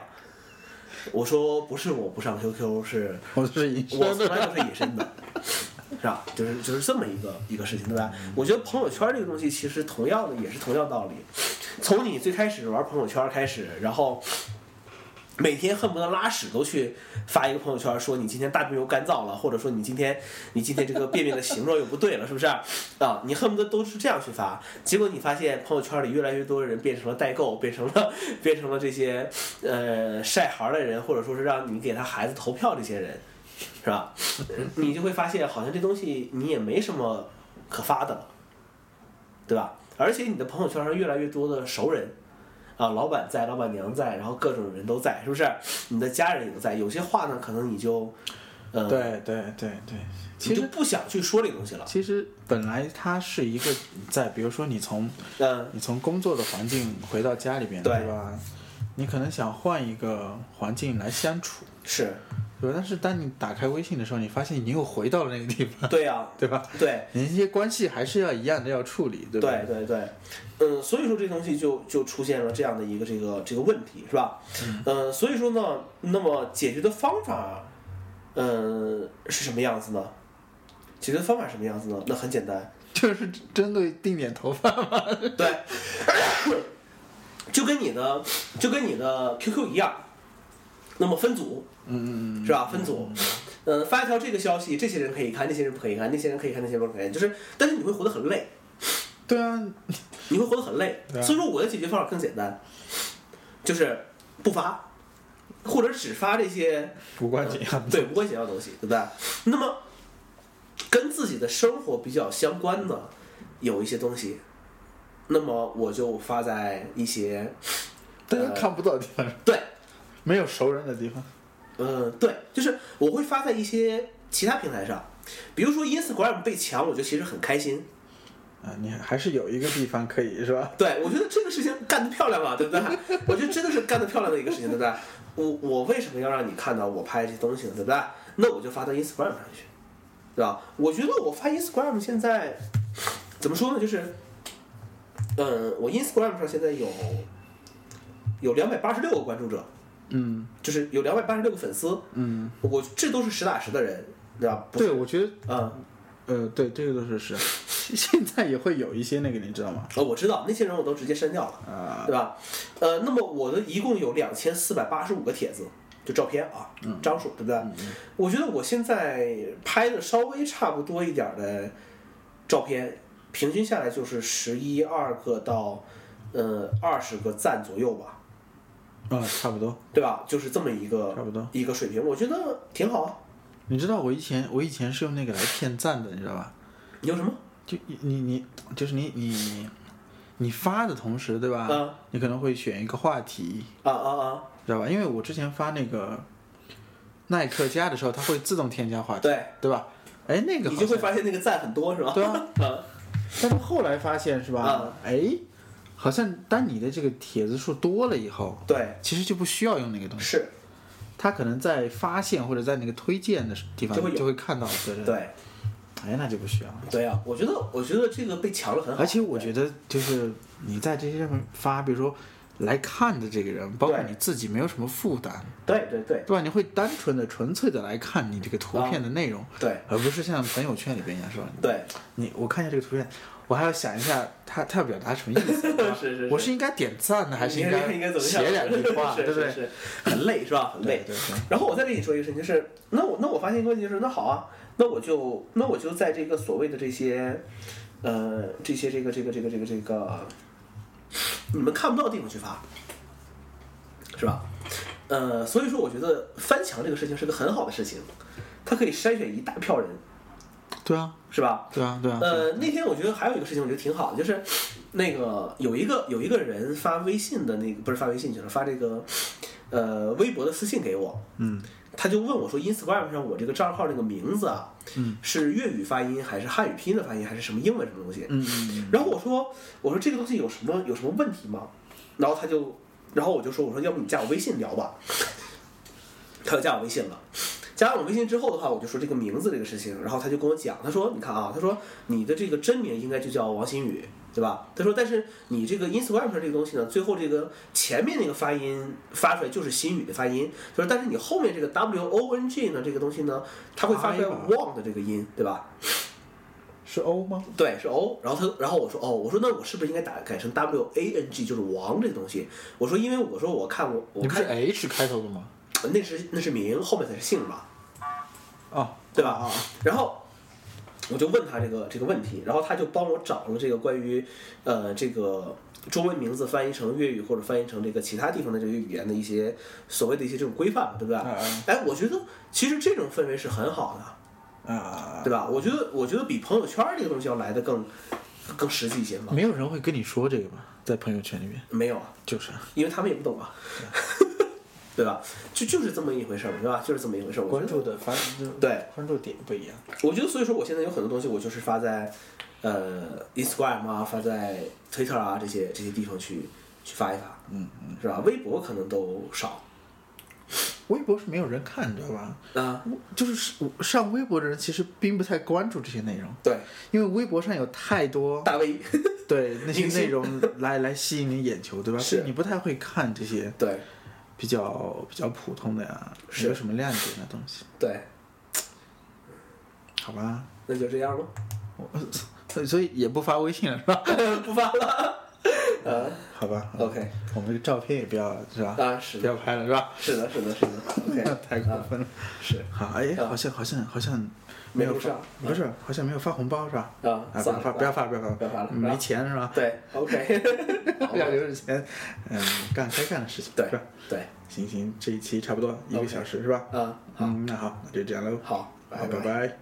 我说：“不是我不上 QQ，是
我是隐 身
我从
的。
来都是隐身的，是吧？就是就是这么一个一个事情，对吧？我觉得朋友圈这个东西其实同样的也是同样道理，从你最开始玩朋友圈开始，然后每天恨不得拉屎都去发一个朋友圈，说你今天大便又干燥了，或者说你今天你今天这个便便的形状又不对了，是不是啊？你恨不得都是这样去发，结果你发现朋友圈里越来越多的人变成了代购，变成了变成了这些呃晒孩儿的人，或者说是让你给他孩子投票这些人，是吧？你就会发现好像这东西你也没什么可发的了，对吧？而且你的朋友圈上越来越多的熟人。啊，老板在，老板娘在，然后各种人都在，是不是？你的家人也都在。有些话呢，可能你就，呃，
对对对对，
你
其
就
实
不想去说这个东西了。
其实本来它是一个在，比如说你从
嗯，
你从工作的环境回到家里边，
对
对吧？你可能想换一个环境来相处，
是，
对吧？但是当你打开微信的时候，你发现你又回到了那个地方，
对呀、啊
对吧？
对，
你这些关系还是要一样的要处理，对吧？
对对对，嗯，所以说这东西就就出现了这样的一个这个这个问题，是吧？嗯，所以说呢，那么解决的方法，嗯，是什么样子呢？解决方法是什么样子呢？那很简 单，
就是针对定点投放嘛。
对，就跟你的就跟你的 QQ 一样，那么分组
嗯嗯嗯，
是吧？分组，嗯，发一条这个消息，这些人可以看，那些人不可以看，那些人可以看，那些人不可以看，就是，但是你会活得很累，
对啊，
你会活得很累。
对啊
所以说我的解决方法更简单，就是不发，或者只发这些
无关紧要。
对无关紧要的东西，对不对？那么跟自己的生活比较相关的有一些东西，那么我就发在一些
大家啊看不到的地方，
对，
没有熟人的地方，
嗯、对，就是我会发在一些其他平台上，比如说 Instagram 被抢，我就其实很开心。
啊，你还是有一个地方可以是吧？
对，我觉得这个事情干得漂亮嘛，对不对？我觉得真的是干得漂亮的一个事情，对不对？我我为什么要让你看到我拍这些东西呢？对不对？那我就发到 Instagram 上去，对吧？我觉得我发 Instagram 现在怎么说呢？就是，嗯，我 Instagram 上现在有有两百八十六个关注者，
嗯，
就是有两百八十六个粉丝，
嗯，
我这都是实打实的人，对吧？不，
对，我觉得
嗯，
呃，对，这个都是是， 现在也会有一些那个，你知道吗？
呃，我知道那些人我都直接删掉了。
啊、
对吧？呃，那么我的一共有两千四百八十五个帖子，就照片啊，
嗯
张数，对不对？我觉得我现在拍的稍微差不多一点儿的照片，平均下来就是十一二个到呃二十个赞左右吧，
啊，差不多。
对吧？就是这么一个
差不多
一个水平，我觉得挺好啊。
你知道我以前我以前是用那个来骗赞的，你知道吧？
你有什么？
就你你你就是你你你发的同时，对吧？
嗯
你可能会选一个话题，
啊啊啊！
知道吧？因为我之前发那个耐克家的时候，它会自动添加话题，
对，
对吧？哎，那个
你
好
就会
像
发现那个赞很多，是吧？啊
对 啊
嗯
但是后来发现是吧？哎，好像当你的这个帖子数多了以后，
对，
其实就不需要哦用那个东西，
是，
它可能在发现或者在那个推荐的地方
就会有
就会看到，对对。
对，
哎，那就不需要了。
对啊，我觉得，我觉得这个被抢了很好，
而且我觉得就是你在这些上面发，比如说来看的这个人，包括
对
你自己没有什么负担，
对对对
对吧？你会单纯的、纯粹的来看你这个图片的内容，
对
而不是像朋友圈里边一样说
对，
你我看一下这个图片，我还要想一下他他要表达什么意思，对 吧
是是是
我是应该点赞呢，还是
应该
该
怎么
写两句话，
是
对不对？
是是，很累是吧？很累
对。对
然后我再跟你说一个事情，就是那我那我发现一个问题就是，那好啊，那我就那我就在这个所谓的这些，呃，这些这个这个这个这个这个，你们看不到的地方去发，是吧？呃，所以说我觉得翻墙这个事情是个很好的事情，它可以筛选一大票人，
对，对啊，
是吧？
对啊，对啊，
呃，那天我觉得还有一个事情，我觉得挺好的，就是那个有一个有一个人发微信的那个不是发微信去了，发这个呃微博的私信给我，
嗯，
他就问我说，Instagram 上我这个账号那个名字啊，
嗯，
是粤语发音还是汉语拼音的发音还是什么英文什么东西？
嗯嗯
然后我说我说这个东西有什么有什么问题吗？然后他就然后我就说我说要不你加我微信聊吧，他就加我微信了。加上我微信之后的话，我就说这个名字这个事情，然后他就跟我讲，他说：“你看啊，他说你的这个真名应该就叫王新宇，对吧？”他说：“但是你这个 Instagram 上这个东西呢，最后这个前面那个发音发出来就是新宇的发音，他说但是你后面这个 W O N G 呢，这个东西呢，它会发出来
哎呀
wong 的这个音，对吧？
是欧吗？
对，是 O。然后他，然后我说，哦，我说那我是不是应该打改成 W A N G，就是王这个东西？我说，因为我说我看我我
你不是
看
H 开头的吗？
那是那是名，后面才是姓嘛，
哦，
对吧？
啊，
然后我就问他这个这个问题，然后他就帮我找了这个关于呃这个中文名字翻译成粤语或者翻译成这个其他地方的这个语言的一些所谓的一些这种规范，对不对？
啊啊
哎，我觉得其实这种氛围是很好的。
啊啊，
对吧？我觉得，我觉得比朋友圈儿这个东西要来的更更实际一些吧。
没有人会跟你说这个吧？在朋友圈里面，
没有啊，
就是啊
因为他们也不懂 啊，对吧？就就是这么一回事儿，对吧？就是这么一回事儿。我觉得，
的反正
对
关注点不一样。
我觉得，所以说我现在有很多东西，我就是发在呃 Instagram 啊，发在 Twitter 啊这些这些地方去去发一发，
嗯嗯，
是吧？微博可能都少
微博是没有人看，你知道吧？
啊，
就是上微博的人其实并不太关注这些内容，
对，
因为微博上有太多
大 V，
对那些
明星
内容来来吸引你眼球，对吧？
是
所以你不太会看这些
对
比较比较普通的呀，
是
没有什么亮点的东西，
对，
好吧？
那就这样 吧，
我所以所以也不发微信了，是吧？
不发了。呃
好吧好吧
OK
我们这个照片也不要是吧？
啊，是
不
的，
要拍了是吧？
是的，是的，是的，OK，
太过分了。
是
好，哎，
啊
好像好像好像
没
有
录
发
上，
不是，好像没有发红包是吧？
啊
啊，，不
算了
要发，
吧，
不要发，不要发，
不要发了是吧
没钱是吧？
对，OK，好
要留着钱，嗯，干该干的事情，
对
是吧？
对，
行行，这一期差不多一个
OK
小时是吧？
啊，好，
嗯，那好，那就这样喽，
好，
好，拜拜。